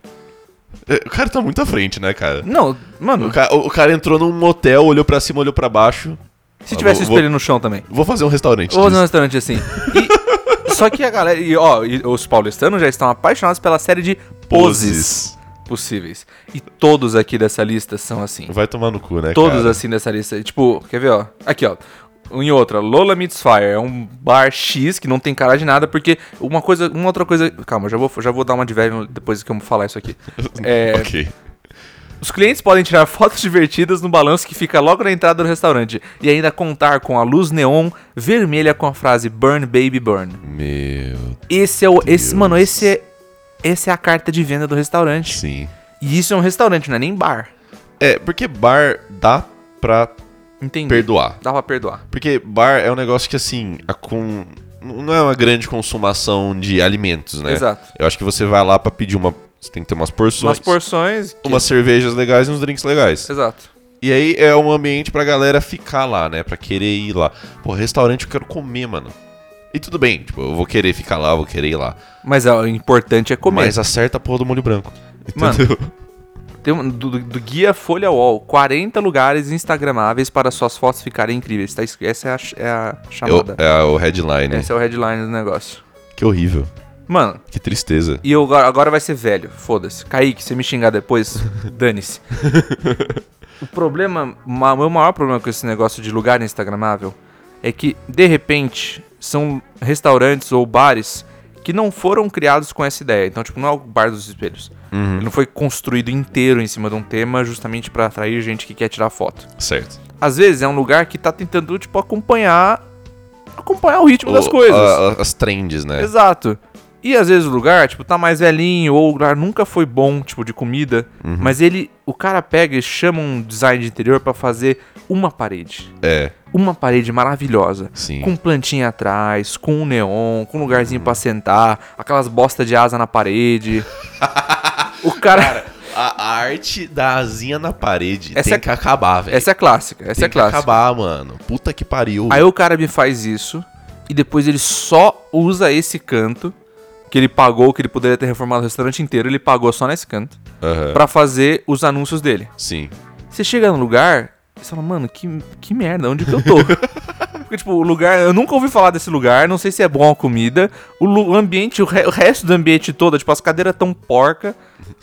S2: é, O cara tá muito à frente, né, cara?
S1: Não, mano,
S2: O, ca- o- o cara entrou num motel, olhou pra cima, olhou pra baixo.
S1: se
S2: eu
S1: tivesse
S2: vou-
S1: espelho no chão também.
S2: Vou fazer um restaurante.
S1: Ou
S2: disso.
S1: num restaurante assim. E- só que a galera. E, ó, e os paulistanos já estão apaixonados pela série de poses.
S2: Poses.
S1: possíveis. E todos aqui dessa lista são assim.
S2: Vai tomar no cu, né,
S1: Todos
S2: cara?
S1: assim dessa lista. Tipo, quer ver, ó? Aqui, ó. Em outra, Lola Meets Fire. É um bar X que não tem cara de nada, porque uma coisa, uma outra coisa. Calma, já vou, já vou dar uma de velho depois que eu falar isso aqui. É,
S2: [laughs] Ok.
S1: os clientes podem tirar fotos divertidas no balanço que fica logo na entrada do restaurante e ainda contar com a luz neon vermelha com a frase Burn Baby Burn.
S2: Meu,
S1: Esse é o. Esse,
S2: Deus.
S1: mano, esse é. Essa é a carta de venda do restaurante.
S2: sim.
S1: E isso é um restaurante, não é nem bar.
S2: É, porque bar dá pra
S1: Entendi.
S2: perdoar.
S1: Dá pra perdoar.
S2: Porque bar é um negócio que, assim, a com... não é uma grande consumação de alimentos, né?
S1: Exato.
S2: Eu acho que você vai lá pra pedir uma... Você tem que ter umas porções,
S1: Umas porções. que-
S2: umas cervejas legais e uns drinks legais.
S1: Exato.
S2: E aí é um ambiente pra galera ficar lá, né? Pra querer ir lá. Pô, restaurante eu quero comer, mano. E tudo bem, tipo, eu vou querer ficar lá, eu vou querer ir lá.
S1: Mas ó, o importante é comer.
S2: Mas acerta a porra do molho branco.
S1: Mano.
S2: Entendeu?
S1: Tem um- do, do- do guia Folha Wall, 40 lugares instagramáveis para suas fotos ficarem incríveis. Tá, escrito- essa é a, ch- é a
S2: [laughs] Eu-
S1: chamada.
S2: é o headline.
S1: Esse é o headline do negócio.
S2: Que horrível.
S1: Mano,
S2: Que tristeza.
S1: e eu agora- agora vai ser velho. Foda-se. Kaique, se me xingar depois, dane-se. o problema, ma- meu maior problema com esse negócio de lugar instagramável é que, de repente, são restaurantes ou bares que não foram criados com essa ideia. Então, tipo, não é o bar dos espelhos. Ele não foi construído inteiro em cima de um tema justamente pra atrair gente que quer tirar foto.
S2: Certo.
S1: Às vezes é um lugar que tá tentando, tipo, acompanhar. acompanhar o ritmo das
S2: O-
S1: coisas.
S2: a- a- as trends, né?
S1: Exato. E às vezes o lugar, tipo, tá mais velhinho, ou o lugar nunca foi bom, tipo, de comida.
S2: Uhum.
S1: Mas ele. O cara pega e chama um design de interior pra fazer uma parede.
S2: É,
S1: Uma parede maravilhosa.
S2: sim.
S1: Com plantinha atrás, com um neon, com um lugarzinho pra sentar, aquelas bosta de asa na
S2: [laughs]
S1: parede. o cara
S2: A a arte da asinha na parede
S1: Essa
S2: tem
S1: é-
S2: que acabar,
S1: [laughs]
S2: velho.
S1: Essa é clássica, essa
S2: tem
S1: é clássica.
S2: que acabar, mano. Puta que pariu.
S1: Aí o cara me faz isso e depois ele só usa esse canto que ele pagou, que ele poderia ter reformado o restaurante inteiro, ele pagou só nesse canto
S2: Aham.
S1: É. pra fazer os anúncios dele.
S2: Sim.
S1: Você chega no lugar e você fala, mano, que, que merda, onde que eu
S2: [laughs]
S1: tô? Porque, tipo, o lugar, eu nunca ouvi falar desse lugar, não sei se é bom a comida, o, lu- o ambiente, o, re- o resto do ambiente todo, tipo, as cadeiras tão porca,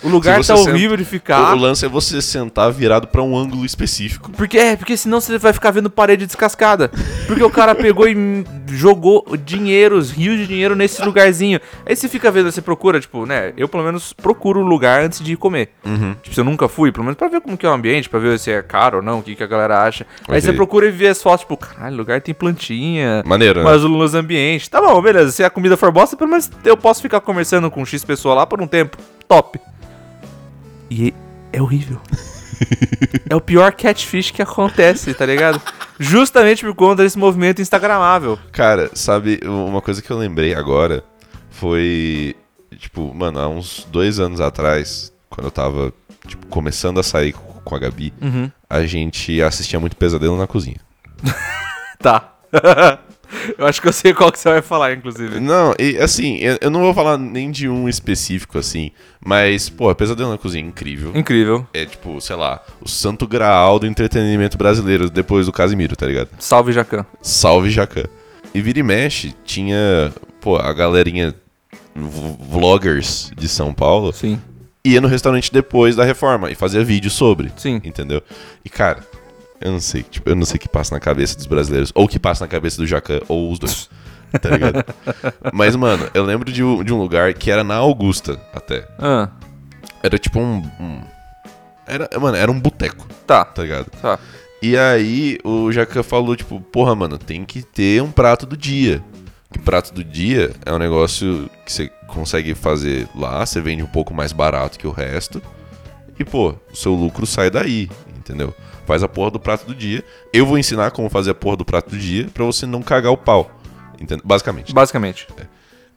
S1: o lugar
S2: você
S1: tá
S2: senta-
S1: horrível de ficar.
S2: O, o lance é você sentar virado pra um ângulo específico.
S1: Porque é, porque senão você vai ficar vendo parede descascada. Porque o cara pegou e m- jogou dinheiros, rios de dinheiro nesse lugarzinho. Aí você fica vendo, você procura, tipo, né? Eu pelo menos procuro o lugar antes de ir comer. Tipo, se eu nunca fui, pelo menos pra ver como que é o ambiente, pra ver se é caro ou não, o que, que a galera acha. Aí
S2: Ok.
S1: você procura e vê as fotos, tipo, caralho, o lugar tem plantinha.
S2: Maneiro, né?
S1: Mas o luz ambiente. Tá bom, beleza. Se a comida for bosta, pelo menos eu posso ficar conversando com X pessoa lá por um tempo. Top. E é
S2: [laughs]
S1: horrível. é o pior catfish que acontece, tá ligado? Justamente por conta desse movimento instagramável.
S2: Cara, sabe, uma coisa que eu lembrei agora foi. Tipo, mano, há uns dois anos atrás, quando eu tava, tipo, começando a sair com com a Gabi, a gente assistia muito pesadelo na cozinha.
S1: Tá. [laughs] eu acho que eu sei qual que você vai falar, inclusive.
S2: Não, e assim, eu eu não vou falar nem de um específico, assim, mas, pô, Pesadelo na Cozinha é incrível.
S1: Incrível.
S2: É tipo, sei lá, o santo graal do entretenimento brasileiro depois do Casimiro, tá ligado?
S1: Salve, Jacan.
S2: Salve, Jacan. E vira e mexe, tinha, pô, a galerinha v- vloggers de São Paulo
S1: Sim.
S2: ia no restaurante depois da reforma e fazia vídeo sobre.
S1: Sim.
S2: Entendeu? E, cara, eu não sei, tipo, eu não sei o que passa na cabeça dos brasileiros, ou o que passa na cabeça do Jacan, ou os dois. Tá ligado? Mas, mano, eu lembro de, um- de um lugar que era na Augusta, até.
S1: Ah,
S2: Era tipo um. um- era, mano, era um boteco,
S1: tá.
S2: tá ligado?
S1: Tá.
S2: E aí o Jacan falou, tipo, porra, mano, tem que ter um prato do dia. Que prato do dia é um negócio que você consegue fazer lá, você vende um pouco mais barato que o resto. E, pô, o seu lucro sai daí, entendeu? Faz a porra do prato do dia. Eu vou ensinar como fazer a porra do prato do dia pra você não cagar o pau. Entendeu? Basicamente.
S1: Basicamente.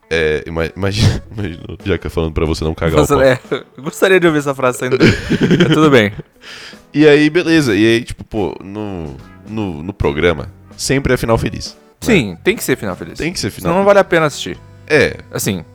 S2: É, ima- imagina, [laughs] imagina o Jacan falando pra você não cagar
S1: Nossa,
S2: o pau.
S1: é, eu gostaria de ouvir essa frase saindo dele. Mas tudo bem.
S2: E aí, beleza. E aí, tipo, pô, no, no, no programa, sempre é final feliz.
S1: Sim, tem que ser final feliz.
S2: Tem que ser final
S1: Senão não vale a pena assistir.
S2: É,
S1: Assim,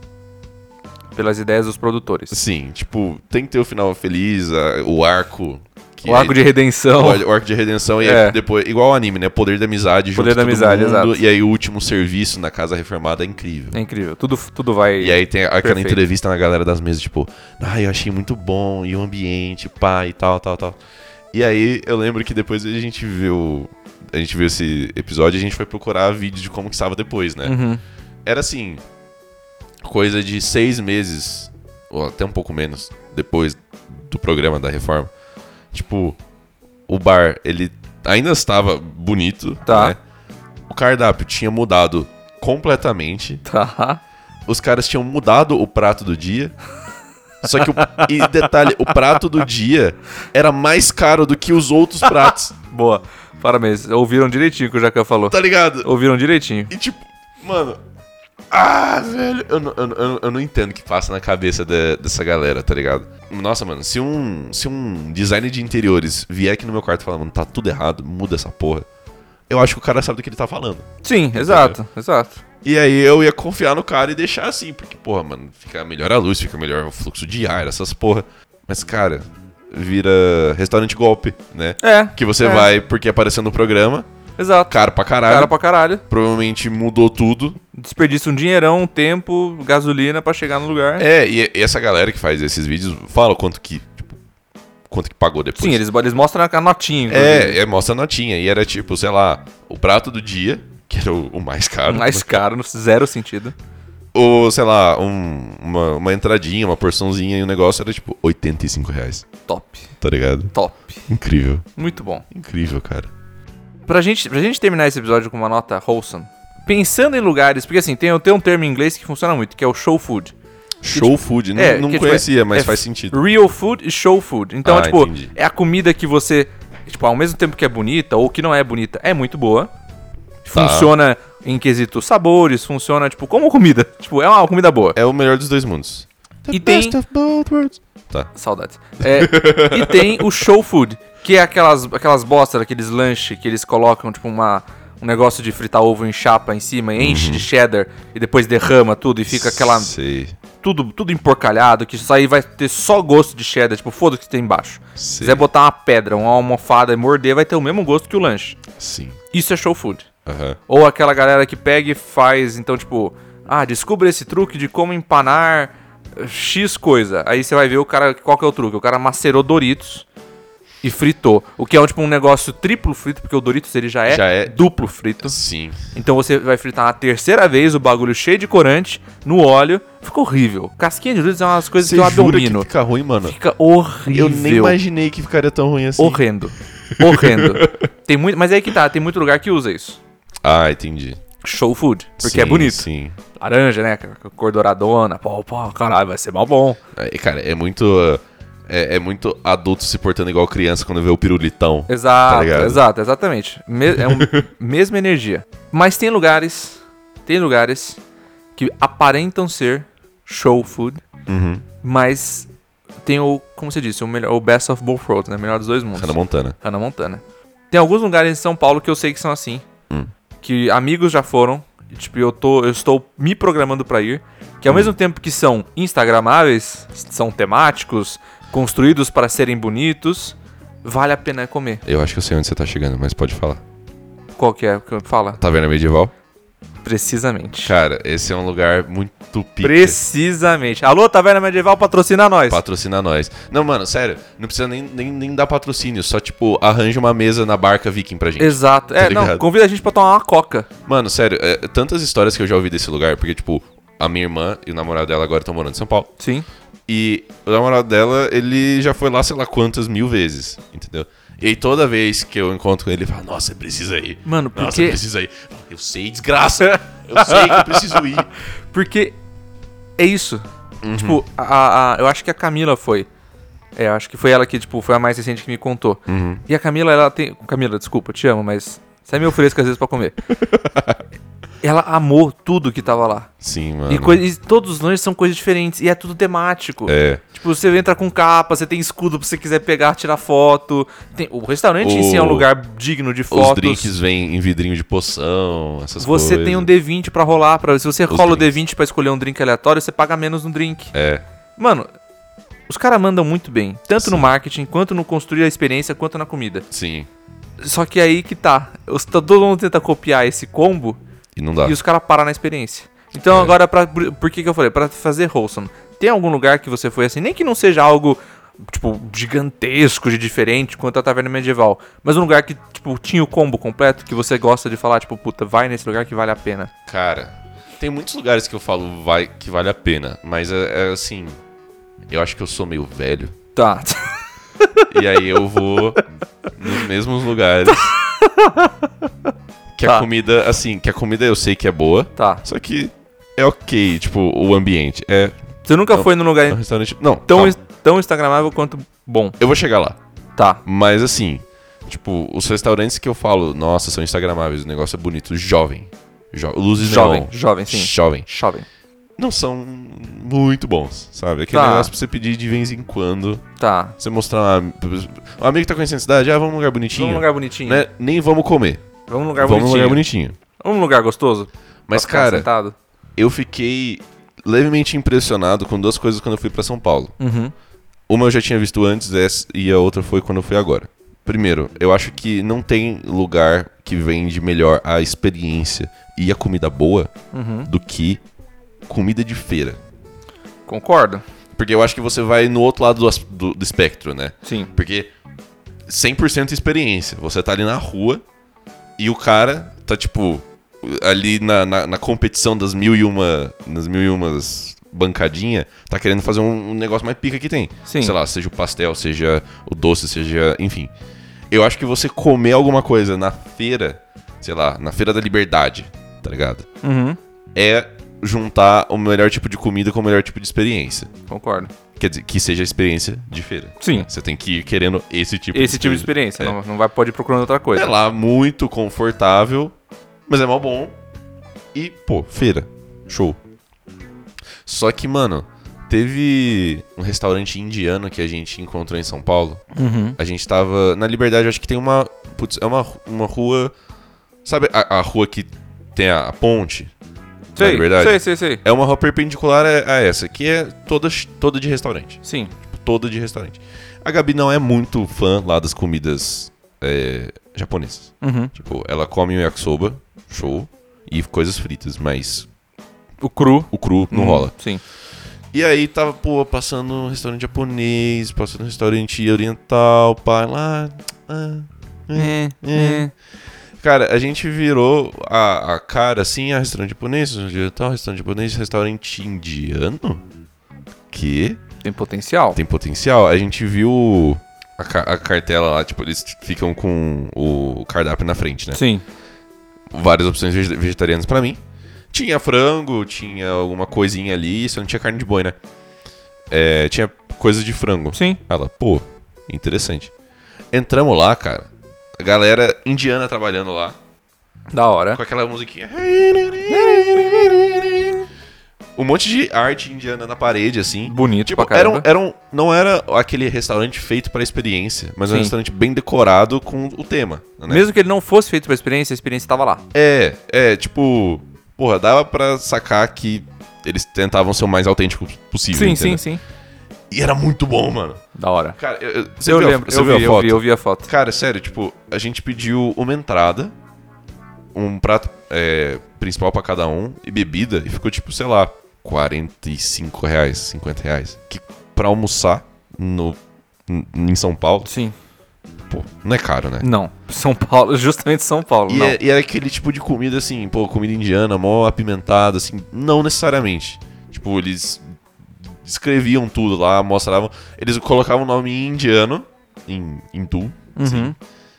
S1: pelas ideias dos produtores.
S2: Sim, tipo, tem que ter o final feliz, a- o arco Que
S1: o arco de redenção.
S2: o ar- o arco de redenção e aí
S1: É.
S2: depois. Igual o anime, né? Poder da amizade, junto
S1: Poder da
S2: todo
S1: amizade,
S2: mundo,
S1: exato.
S2: E aí o último serviço na casa reformada é incrível.
S1: [laughs] É incrível. Tudo, tudo vai.
S2: E aí tem aquela
S1: Perfeito.
S2: entrevista na galera das mesas, tipo, ah, eu achei muito bom, e o ambiente, pá, e tal, tal, tal. E aí eu lembro que depois a gente viu. A gente viu esse episódio e a gente foi procurar vídeo de como que estava depois, né?
S1: Uhum.
S2: Era assim. Coisa de seis meses, ou até um pouco menos, depois do programa da reforma. Tipo, o bar, ele ainda estava bonito,
S1: Tá.
S2: né? O cardápio tinha mudado
S1: [laughs]
S2: completamente
S1: Tá.
S2: os caras tinham mudado o prato do dia. Só que, o, e detalhe, o prato do dia era mais caro do que os outros pratos,
S1: Boa. Parabéns. Ouviram direitinho o que o Jacan falou.
S2: tá ligado?
S1: Ouviram direitinho.
S2: E tipo, mano. Ah, velho. Eu, não- eu, não- eu, não- eu não entendo o que passa na cabeça de- dessa galera, tá ligado? Nossa, mano, se um, se um designer de interiores vier aqui no meu quarto e falar, mano, tá tudo errado, muda essa porra. Eu acho que o cara sabe do que ele tá falando.
S1: Sim, exato, exato.
S2: E aí eu ia confiar no cara e deixar assim, porque, porra, mano, fica melhor a luz, fica melhor o fluxo de ar, essas porra. Mas, cara, vira restaurante golpe, né?
S1: É.
S2: Que você
S1: é,
S2: vai porque apareceu no programa,
S1: Exato.
S2: caro pra caralho,
S1: Cara pra caralho.
S2: provavelmente mudou tudo.
S1: Desperdiça um dinheirão, um tempo, gasolina pra chegar no lugar.
S2: É, e, e essa galera que faz esses vídeos fala quanto que, tipo, quanto que pagou depois.
S1: Sim, eles, eles mostram a notinha. inclusive.
S2: É, é, mostra a notinha. E era tipo, sei lá, o prato do dia, que era o, o mais caro. né?
S1: Mais caro, no zero sentido.
S2: Ou, sei lá, um- uma, uma entradinha, uma porçãozinha e o negócio era tipo 85 reais.
S1: Top,
S2: Tá ligado?
S1: top.
S2: Incrível.
S1: Muito bom.
S2: Incrível, cara.
S1: Pra gente, pra gente terminar esse episódio com uma nota wholesome, pensando em lugares, porque assim, tem, tem um termo em inglês que funciona muito, que é o show food.
S2: Show food. Não,
S1: é,
S2: não
S1: que, tipo,
S2: conhecia,
S1: é-
S2: mas
S1: é
S2: faz
S1: f-
S2: sentido.
S1: Real food e show food. Então,
S2: Ah,
S1: tipo,
S2: entendi.
S1: é a comida que você, tipo, ao mesmo tempo que é bonita ou que não é bonita, é muito boa.
S2: Tá.
S1: Funciona em quesito sabores, funciona, tipo, como comida. [laughs] Tipo, é uma comida boa.
S2: É o melhor dos dois mundos.
S1: E tem-
S2: of both worlds. Tá.
S1: Saudades. É, e tem o show food, que é aquelas, aquelas bostas, aqueles lanches que eles colocam, tipo, uma, um negócio de fritar ovo em chapa em cima, enche de cheddar e depois derrama tudo e fica aquela.
S2: Sei.
S1: tudo, tudo emporcalhado, que isso aí vai ter só gosto de cheddar, tipo, foda o que tem embaixo. Se
S2: Sei.
S1: quiser botar uma pedra, uma almofada e morder, vai ter o mesmo gosto que o lanche.
S2: Sim.
S1: Isso é show food.
S2: Aham.
S1: Ou aquela galera que pega e faz, então, tipo, ah, descubra esse truque de como empanar eh, X coisa. Aí você vai ver o cara, qual que é o truque? O cara macerou Doritos e fritou. O que é um, tipo um negócio triplo frito, porque o Doritos ele já é,
S2: Já é-
S1: duplo frito.
S2: Sim.
S1: Então você vai fritar a terceira vez o bagulho cheio de corante no óleo. Ficou horrível. Casquinha de Doritos é uma das coisas que eu abomino.
S2: que fica ruim, mano?
S1: Fica horrível.
S2: Eu nem imaginei que ficaria tão ruim assim.
S1: Horrendo.
S2: [laughs]
S1: Horrendo. tem muito, mas aí que tá, tem muito lugar que usa isso.
S2: Ah, entendi.
S1: Show food, porque
S2: Sim,
S1: é bonito.
S2: Sim.
S1: Laranja, né? Com a Cor douradona. Pô, pô, caralho, vai ser mal bom.
S2: Aí, cara, é muito. uh, É, é muito adulto se portando igual criança quando vê o pirulitão.
S1: É.
S2: Tá
S1: Exato,
S2: ligado?
S1: exato, exatamente. Me- é
S2: [laughs]
S1: um, mesma energia. Mas tem lugares, tem lugares que aparentam ser show food,
S2: Uhum.
S1: mas tem o, como você disse, o, melhor, o best of both worlds, né? Melhor dos dois mundos.
S2: Hannah Tá Montana.
S1: Hannah Montana. Tem alguns lugares em São Paulo que eu sei que são assim.
S2: Hum.
S1: Que amigos já foram. e, tipo, eu, tô, eu estou me programando pra ir. Que
S2: Hum.
S1: ao mesmo tempo que são instagramáveis, são temáticos, construídos para serem bonitos, vale a pena comer.
S2: Eu acho que eu sei onde você tá chegando, mas pode falar.
S1: Qual que é o que eu falo?
S2: Taverna Medieval?
S1: Precisamente.
S2: Cara, esse é um lugar muito pica.
S1: Precisamente. Alô, Taverna Medieval, patrocina nós.
S2: Patrocina nós. Não, mano, sério, não precisa nem, nem, nem dar patrocínio, só, tipo, arranja uma mesa na barca viking pra gente.
S1: Exato.
S2: Tá
S1: é, não,
S2: ligado?
S1: convida a gente pra tomar uma coca.
S2: Mano, sério, é, tantas histórias que eu já ouvi desse lugar, porque, tipo, a minha irmã e o namorado dela agora estão morando em São Paulo.
S1: Sim.
S2: E o namorado dela, ele já foi lá, sei lá quantas mil vezes, entendeu? E aí toda vez que eu encontro com ele, ele fala, nossa, precisa ir.
S1: Mano,
S2: Nossa,
S1: porque-
S2: precisa ir. Eu sei, desgraça. Eu sei que eu preciso ir.
S1: [laughs] Porque é isso.
S2: Uhum.
S1: Tipo, a, a- eu acho que a Camila foi. É, eu acho que foi ela que, tipo, foi a mais recente que me contou.
S2: Uhum.
S1: E a Camila, ela tem. Camila, desculpa, eu te amo, mas. Você me oferece às vezes pra
S2: [laughs]
S1: comer. ela amou tudo que tava lá.
S2: Sim, mano.
S1: E, coi- e todos os lanches são coisas diferentes. E é tudo temático.
S2: É.
S1: Tipo, você entra com capa, você tem escudo pra você quiser pegar, tirar foto. Tem- o restaurante em si é um
S2: O-
S1: lugar digno de
S2: Os
S1: fotos.
S2: drinks vêm em vidrinho de poção, essas coisas.
S1: Você tem um D20 pra rolar. Pra, se você
S2: Os
S1: rola
S2: drinks.
S1: o D20 pra escolher um drink aleatório, você paga menos no drink.
S2: É.
S1: Mano, Os caras mandam muito bem, tanto no marketing, quanto no construir a experiência, quanto na comida.
S2: Sim.
S1: Só que aí que tá. Os- todo mundo tenta copiar esse combo
S2: E não dá.
S1: e os caras param na experiência. Então
S2: Tá. É.
S1: agora, pra, por, por que, que eu falei? Pra fazer wholesome. Tem algum lugar que você foi assim, nem que não seja algo, tipo, gigantesco de diferente quanto a taverna medieval, mas um lugar que, tipo, tinha o combo completo, que você gosta de falar, tipo, puta, vai nesse lugar que vale a pena.
S2: Cara, tem muitos lugares que eu falo vai, que vale a pena, mas é, é assim. Eu acho que eu sou meio velho.
S1: Tá.
S2: E aí
S1: [laughs]
S2: eu vou nos mesmos lugares. Que
S1: Tá.
S2: a comida, assim, que a comida eu sei que é boa,
S1: tá.
S2: só que é ok, tipo, o ambiente. É
S1: Você nunca
S2: Não.
S1: foi num lugar
S2: um restaurante. Não,
S1: tão,
S2: calma,
S1: ins- tão instagramável quanto bom.
S2: eu vou chegar lá.
S1: Tá.
S2: Mas assim, tipo, os restaurantes que eu falo, nossa, são instagramáveis, o negócio é bonito, jovem. Jo luzes
S1: Jovem,
S2: neon.
S1: jovem, sim.
S2: Jovem.
S1: Jovem.
S2: Não são muito bons, sabe? Aquele
S1: Tá.
S2: negócio pra você pedir de vez em quando.
S1: Tá.
S2: Você mostrar uma... um amigo que tá conhecendo a cidade, ah, vamos num lugar bonitinho.
S1: Vamos num lugar bonitinho.
S2: né? Nem vamos comer.
S1: Vamos num lugar
S2: vamos num
S1: bonitinho.
S2: lugar bonitinho.
S1: Vamos num lugar gostoso?
S2: Mas,
S1: Pra ficar
S2: cara,
S1: sentado?
S2: eu fiquei levemente impressionado com duas coisas quando eu fui pra São Paulo.
S1: Uhum.
S2: Uma eu já tinha visto antes essa- e a outra foi quando eu fui agora. Primeiro, eu acho que não tem lugar que vende melhor a experiência e a comida boa
S1: Uhum.
S2: do que comida de feira.
S1: Concordo?
S2: Porque eu acho que você vai no outro lado do, as- do- do espectro, né?
S1: Sim.
S2: Porque 100% experiência. Você tá ali na rua e o cara tá, tipo, ali na, na, na competição das mil e uma. Nas mil e umas bancadinha, tá querendo fazer um, um negócio mais pica que tem.
S1: Sim.
S2: Sei lá, seja o pastel, seja o doce, seja. Enfim. Eu acho que você comer alguma coisa na feira, sei lá, na feira da liberdade, tá ligado?
S1: Uhum.
S2: É juntar o melhor tipo de comida com o melhor tipo de experiência.
S1: Concordo.
S2: Quer dizer, que seja a experiência de feira.
S1: Sim.
S2: Você tem que ir querendo esse tipo
S1: Esse tipo de experiência.
S2: É.
S1: Não, não vai pode ir procurando outra coisa.
S2: É lá muito confortável, mas é mal bom. E, pô, feira. Show. Só que, mano, teve um restaurante indiano que a gente encontrou em São Paulo.
S1: Uhum.
S2: A gente tava. Na Liberdade, eu acho que tem uma. Putz, é uma, uma rua. Sabe a, a rua que tem a, a ponte? Na
S1: Sei,
S2: Liberdade?
S1: sei, sei, sei.
S2: É uma rua perpendicular a, a essa, que é toda, toda de restaurante.
S1: Sim.
S2: toda de restaurante. A Gabi não é muito fã lá das comidas é, japonesas.
S1: Uhum.
S2: Tipo, ela come o yakisoba, show, e coisas fritas, mas
S1: O cru.
S2: o cru não
S1: Uhum.
S2: rola.
S1: Sim.
S2: E aí tava, pô, passando um restaurante japonês, passando um restaurante oriental, pá, lá. ah.
S1: É,
S2: é. Cara, a gente virou a, a cara assim, a restaurante japonês, restaurante oriental, tá um restaurante japonês, restaurante indiano? Que?
S1: Tem potencial.
S2: tem potencial, a gente viu a, ca- a cartela lá, tipo, eles ficam com o cardápio na frente, né?
S1: Sim.
S2: Várias opções vege- vegetarianas pra mim. Tinha frango, tinha alguma coisinha ali, só não tinha carne de boi, né? É, tinha coisa de frango.
S1: Sim.
S2: Ela, pô, interessante. Entramos lá, cara. A galera indiana trabalhando lá,
S1: Da hora.
S2: com aquela musiquinha. Um monte de arte indiana na parede, assim.
S1: Bonito
S2: Tipo,
S1: pra
S2: era um,
S1: caramba.
S2: era um- não era aquele restaurante feito pra experiência, mas é um
S1: Sim.
S2: restaurante bem decorado com o tema, né?
S1: Mesmo que ele não fosse feito pra experiência, a experiência tava lá.
S2: É, é, tipo, porra, dava pra sacar que eles tentavam ser o mais autêntico possível,
S1: Sim, sim,
S2: entendeu?
S1: sim.
S2: E era muito bom, mano.
S1: Da hora.
S2: Cara, eu, eu- você
S1: Eu
S2: viu a-
S1: lembro,
S2: você
S1: eu
S2: viu
S1: vi,
S2: a
S1: eu
S2: foto?
S1: vi, eu vi a foto.
S2: Cara, sério, tipo, a gente pediu uma entrada, um prato é, principal pra cada um e bebida, e ficou tipo, sei lá, 45 reais, 50 reais. Que pra almoçar no, n- em São Paulo,
S1: Sim.
S2: pô, não é caro, né?
S1: Não. São Paulo, [laughs] justamente São Paulo.
S2: E,
S1: não.
S2: é, e era aquele tipo de comida assim, pô, comida indiana, mó apimentada, assim, não necessariamente. Tipo, eles escreviam tudo lá, mostravam. Eles colocavam o nome em indiano, em hindu,
S1: Uhum.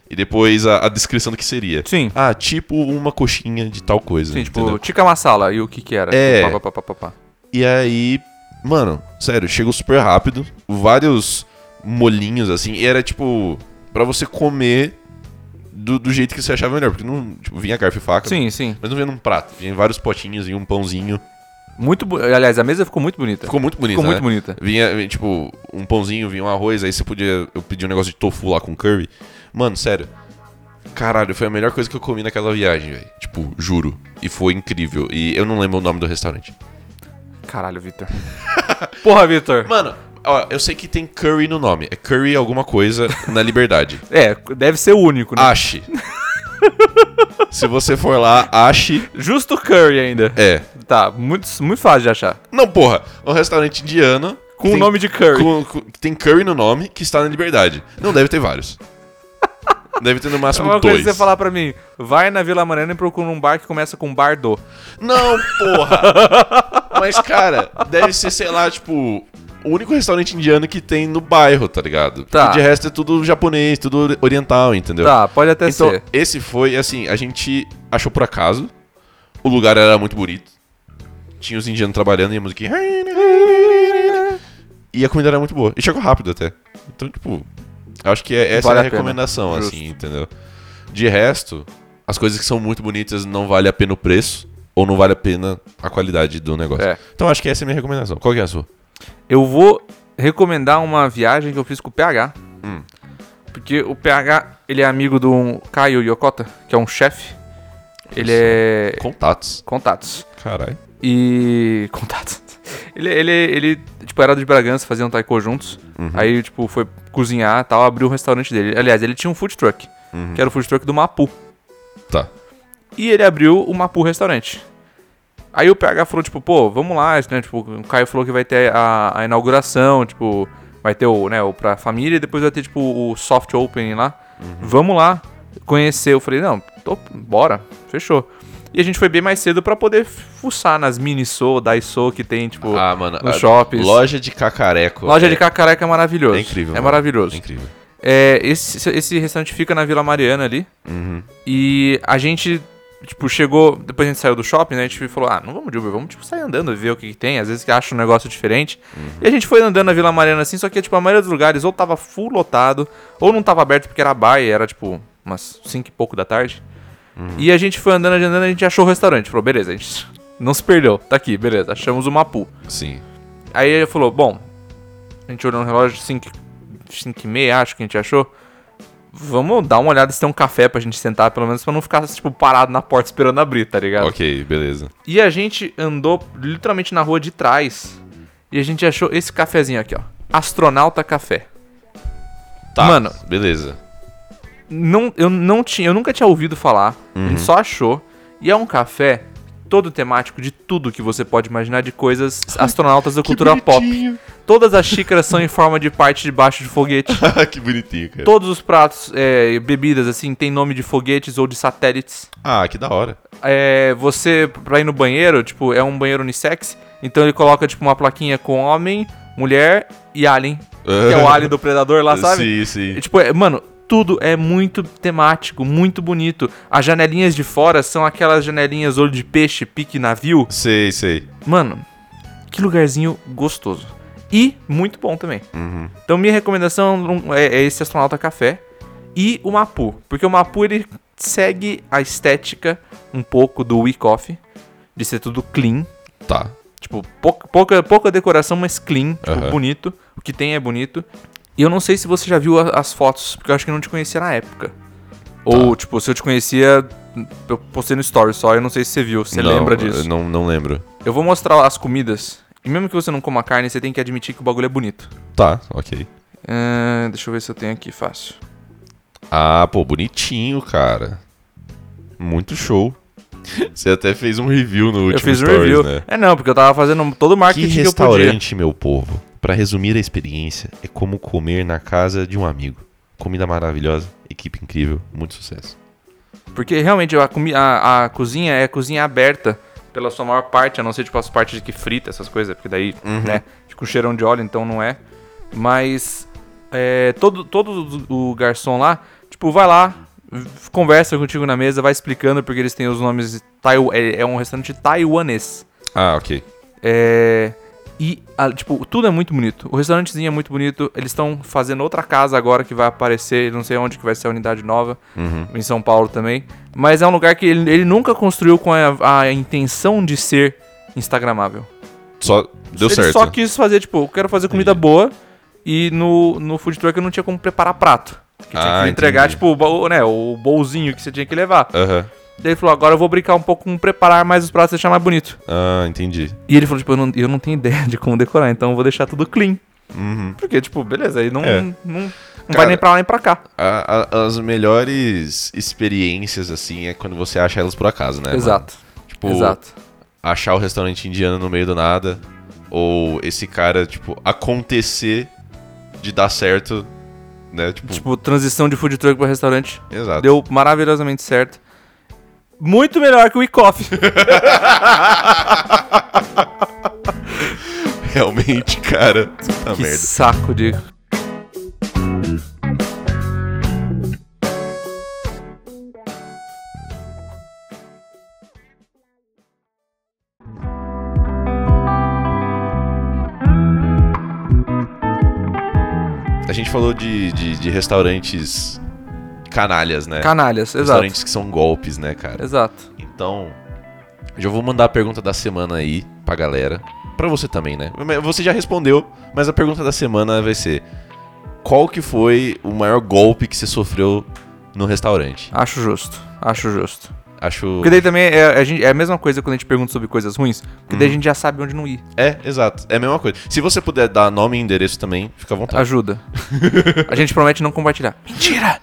S2: e depois a, a descrição do que seria.
S1: Sim.
S2: Ah, tipo uma coxinha de tal coisa.
S1: Sim, tipo,
S2: entendeu?
S1: Tica Massala e o que que era.
S2: É.
S1: Tipo, pá, pá, pá, pá, pá.
S2: E aí, mano, sério, chegou super rápido. Vários molinhos, assim, e era tipo, pra você comer do, do jeito que você achava melhor. Porque não tipo, vinha garfo e faca.
S1: Sim, sim.
S2: Mas não vinha num prato, vinha em vários potinhos e um pãozinho.
S1: Muito bo... Aliás, a mesa ficou muito bonita.
S2: Ficou muito bonito,
S1: Ficou
S2: né?
S1: muito é. bonita.
S2: Vinha, vinha, tipo, um pãozinho, vinha um arroz, aí você podia. Eu pedi um negócio de tofu lá com curry. Mano, sério. Caralho, foi a melhor coisa que eu comi naquela viagem, velho. Tipo, juro. E foi incrível. E eu não lembro o nome do restaurante. [laughs]
S1: Caralho, Vitor. Porra, Vitor.
S2: Mano, Ó, eu sei que tem curry no nome. É curry alguma coisa
S1: [laughs]
S2: na liberdade.
S1: É, deve ser o único, né?
S2: Ache. Se você for lá, ache.
S1: Justo Curry ainda.
S2: É.
S1: Tá, muito, muito fácil de achar.
S2: Não, porra. É um restaurante indiano.
S1: Com
S2: que
S1: o nome de Curry.
S2: com- com- que tem curry no nome que está na liberdade. Não deve ter vários. Deve ter no
S1: É
S2: máximo
S1: uma coisa
S2: dois.
S1: que você falar pra mim, vai na Vila Mariana e procura um bar que começa com Bardo.
S2: Não, porra!
S1: [laughs]
S2: Mas, cara, deve ser, sei lá, tipo, o único restaurante indiano que tem no bairro, tá ligado?
S1: Tá.
S2: Porque de resto é tudo japonês, tudo oriental, entendeu?
S1: Tá, pode até
S2: Então,
S1: ser.
S2: esse foi, assim, a gente achou por acaso. O lugar era muito bonito. Tinha os indianos trabalhando e a musiquinha. E a comida era muito boa. E chegou rápido até. Então, tipo, acho que é, essa
S1: Vale
S2: é
S1: a
S2: a
S1: pena.
S2: recomendação,
S1: Justo.
S2: assim, entendeu? De resto, as coisas que são muito bonitas não vale a pena o preço ou não vale a pena a qualidade do negócio.
S1: É.
S2: Então acho que essa é a minha recomendação. Qual que é a sua?
S1: Eu vou recomendar uma viagem que eu fiz com o PH. Porque o PH, ele é amigo do Caio Yokota, que é um chefe. Ele é.
S2: Contatos.
S1: Contatos.
S2: Caralho.
S1: E. [laughs] Contatos. Ele, ele, ele, tipo, era de Bragança, fazia um taiko juntos. Aí, tipo, foi cozinhar e tal, abriu o restaurante dele. Aliás, ele tinha um food truck, que era o food truck do Mapu.
S2: Tá.
S1: E ele abriu o Mapu Restaurante. Aí o PH falou, tipo, pô, vamos lá, né? Tipo, o Caio falou que vai ter a, a inauguração, tipo, vai ter o, né, o pra família e depois vai ter, tipo, o soft opening lá.
S2: Uhum.
S1: Vamos lá conhecer. Eu falei, não, tô, bora, fechou. E a gente foi bem mais cedo pra poder fuçar nas mini-so, daiso que tem, tipo,
S2: Ah, mano.
S1: nos
S2: a-
S1: shoppings.
S2: Loja de cacareco.
S1: loja de
S2: É-
S1: cacareca é maravilhoso.
S2: É incrível.
S1: É
S2: mano.
S1: maravilhoso.
S2: É incrível.
S1: É, esse, esse restaurante fica na Vila Mariana ali.
S2: Uhum.
S1: E a gente, tipo, chegou. Depois a gente saiu do shopping, né? A gente falou, ah, não vamos de Uber, vamos, tipo, sair andando e ver o que, que tem. Às vezes que acha um negócio diferente. E a gente foi andando na Vila Mariana assim, só que, tipo, a maioria dos lugares ou tava full lotado, ou não tava aberto porque era bar e era, tipo, umas 5 e pouco da tarde. E a gente foi andando, andando, a gente achou o restaurante. Falou, beleza, a gente não se perdeu. Tá aqui, beleza. Achamos o Mapu.
S2: Sim.
S1: Aí ele falou, bom, a gente olhou no relógio 5 5 e meia, acho que a gente achou. Vamos dar uma olhada se tem um café pra gente sentar, pelo menos pra não ficar, tipo, parado na porta esperando abrir, tá ligado?
S2: Ok, beleza.
S1: E a gente andou literalmente na rua de trás e a gente achou esse cafezinho aqui, ó. Astronauta Café.
S2: Tá.
S1: Mano.
S2: Beleza.
S1: Não, eu, não tinha, eu nunca tinha ouvido falar, a gente só achou. E é um café todo temático de tudo que você pode imaginar de coisas astronautas da cultura pop.
S2: [laughs]
S1: Todas as xícaras são em forma de parte de baixo de foguete.
S2: Ah, que bonitinho, cara.
S1: Todos os pratos é, e bebidas, assim, tem nome de foguetes ou de satélites.
S2: Ah, que da hora.
S1: É, você, pra ir no banheiro, tipo, é um banheiro unissex, então ele coloca, tipo, uma plaquinha com homem, mulher e alien. Que é o alien do predador
S2: [laughs]
S1: lá, sabe?
S2: Sim,
S1: E,
S2: sim.
S1: tipo, é- mano, tudo é muito temático, muito bonito. As janelinhas de fora são aquelas janelinhas olho de peixe, pique navio.
S2: Sei, sei.
S1: Mano, que lugarzinho gostoso. E muito bom também.
S2: Uhum.
S1: Então minha recomendação é, é esse Astronauta Café e o Mapu, porque o Mapu ele segue a estética um pouco do We Coffee, de ser tudo clean,
S2: Tá.
S1: tipo pouca, pouca, pouca decoração, mas clean, tipo,
S2: Aham.
S1: bonito, o que tem é bonito. E eu não sei se você já viu a- as fotos, porque eu acho que eu não te conhecia na época.
S2: Tá.
S1: Ou, tipo, se eu te conhecia, eu postei no story só, eu não sei se você viu, se você
S2: Não,
S1: lembra
S2: eu
S1: disso.
S2: Não, não lembro.
S1: Eu vou mostrar as comidas, e mesmo que você não coma carne, você tem que admitir que o bagulho é bonito.
S2: Tá, ok.
S1: Ah, deixa eu ver se eu tenho aqui fácil.
S2: Ah, pô, bonitinho, cara. Muito show. Você até fez um review no último
S1: Eu fiz um
S2: stories,
S1: review.
S2: né?
S1: É não, porque eu tava fazendo todo o
S2: Que
S1: marketing que, eu podia.
S2: restaurante, meu povo. Pra resumir a experiência, é como comer na casa de um amigo. Comida maravilhosa, equipe incrível, muito sucesso.
S1: Porque realmente a, comi- a- a cozinha é cozinha aberta pela sua maior parte, a não ser tipo as partes que frita, essas coisas, porque daí,
S2: Uhum.
S1: né, fica um cheirão de óleo, então não é. Mas é, todo, todo o garçom lá, tipo, vai lá, v- conversa contigo na mesa, vai explicando, porque eles têm os nomes. Taiw é, é um restaurante taiwanês.
S2: Ah, ok.
S1: É. E, a- tipo, tudo é muito bonito. O restaurantezinho é muito bonito. Eles estão fazendo outra casa agora que vai aparecer. Não sei onde que vai ser a unidade nova.
S2: Uhum.
S1: Em São Paulo também. Mas é um lugar que ele, ele nunca construiu com a, a intenção de ser instagramável.
S2: Só deu
S1: ele
S2: certo.
S1: só quis fazer, tipo, eu quero fazer comida boa. E no, no food truck eu não tinha como preparar prato. Que tinha
S2: Ah,
S1: que entregar,
S2: entendi.
S1: tipo, o, baú- né, o bolzinho que você tinha que levar.
S2: Aham.
S1: Daí ele falou, agora eu vou brincar um pouco com preparar mais os pratos e deixar mais bonito.
S2: Ah, entendi.
S1: [laughs] E ele falou, tipo, eu não, eu não tenho ideia de como decorar, então eu vou deixar tudo clean.
S2: Uhum.
S1: Porque, tipo, beleza, aí não,
S2: É.
S1: não, não vai
S2: Cara,
S1: nem pra lá nem pra cá.
S2: A- a- as melhores experiências, assim, é quando você acha elas por acaso, né? mano?
S1: Exato.
S2: Tipo,
S1: Exato.
S2: achar o restaurante indiano no meio do nada. Ou esse cara, tipo, acontecer de dar certo, né? Tipo,
S1: Tipo, transição de food truck pra restaurante
S2: exato.
S1: deu maravilhosamente certo. Muito melhor que o
S2: [laughs]
S1: e-coffee.
S2: [laughs] Realmente, cara. Puta
S1: que
S2: merda.
S1: saco de.
S2: A gente falou de, de, de restaurantes canalhas, né?
S1: Canalhas, exato.
S2: restaurantes que são golpes, né, cara?
S1: Exato.
S2: Então, já vou mandar a pergunta da semana aí pra galera. Pra você também, né? Você já respondeu, mas a pergunta da semana vai ser: Qual que foi o maior golpe que você sofreu no restaurante?
S1: Acho justo. Acho justo.
S2: Acho.
S1: Porque daí também é, a gente- é a mesma coisa quando a gente pergunta sobre coisas ruins, porque
S2: Uhum.
S1: daí a gente já sabe onde não ir.
S2: É, exato. É a mesma coisa. Se você puder dar nome e endereço também, fica à vontade. [laughs]
S1: Ajuda. a gente promete não compartilhar. Tá. Mentira!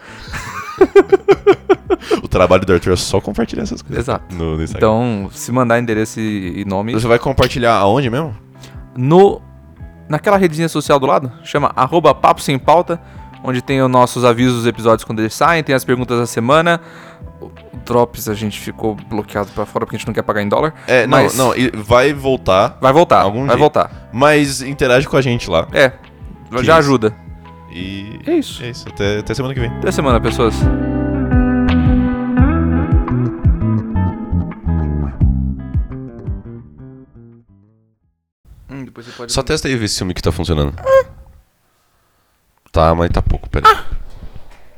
S2: O trabalho do Arthur é só compartilhar essas coisas.
S1: Exato.
S2: No, no Instagram.
S1: Então, se mandar endereço e e nome
S2: Você vai compartilhar aonde mesmo?
S1: no naquela redinha social do lado, chama arroba papo sem pauta, onde tem os nossos avisos dos episódios quando eles saem, tem as perguntas da semana. O o Drops a gente ficou bloqueado pra fora porque a gente não quer pagar em dólar.
S2: É, não,
S1: Mas-
S2: não, e vai voltar,
S1: Vai voltar,
S2: Algum
S1: vai
S2: jeito.
S1: voltar.
S2: mas interage com a gente lá.
S1: É,
S2: Que
S1: já
S2: isso.
S1: ajuda.
S2: E
S1: É isso.
S2: é isso. Até, até semana que vem.
S1: Até semana, pessoas. Hum, depois você pode...
S2: Hum, Só testa aí ver se o mic tá funcionando. Tá, mas tá pouco, pera. aí.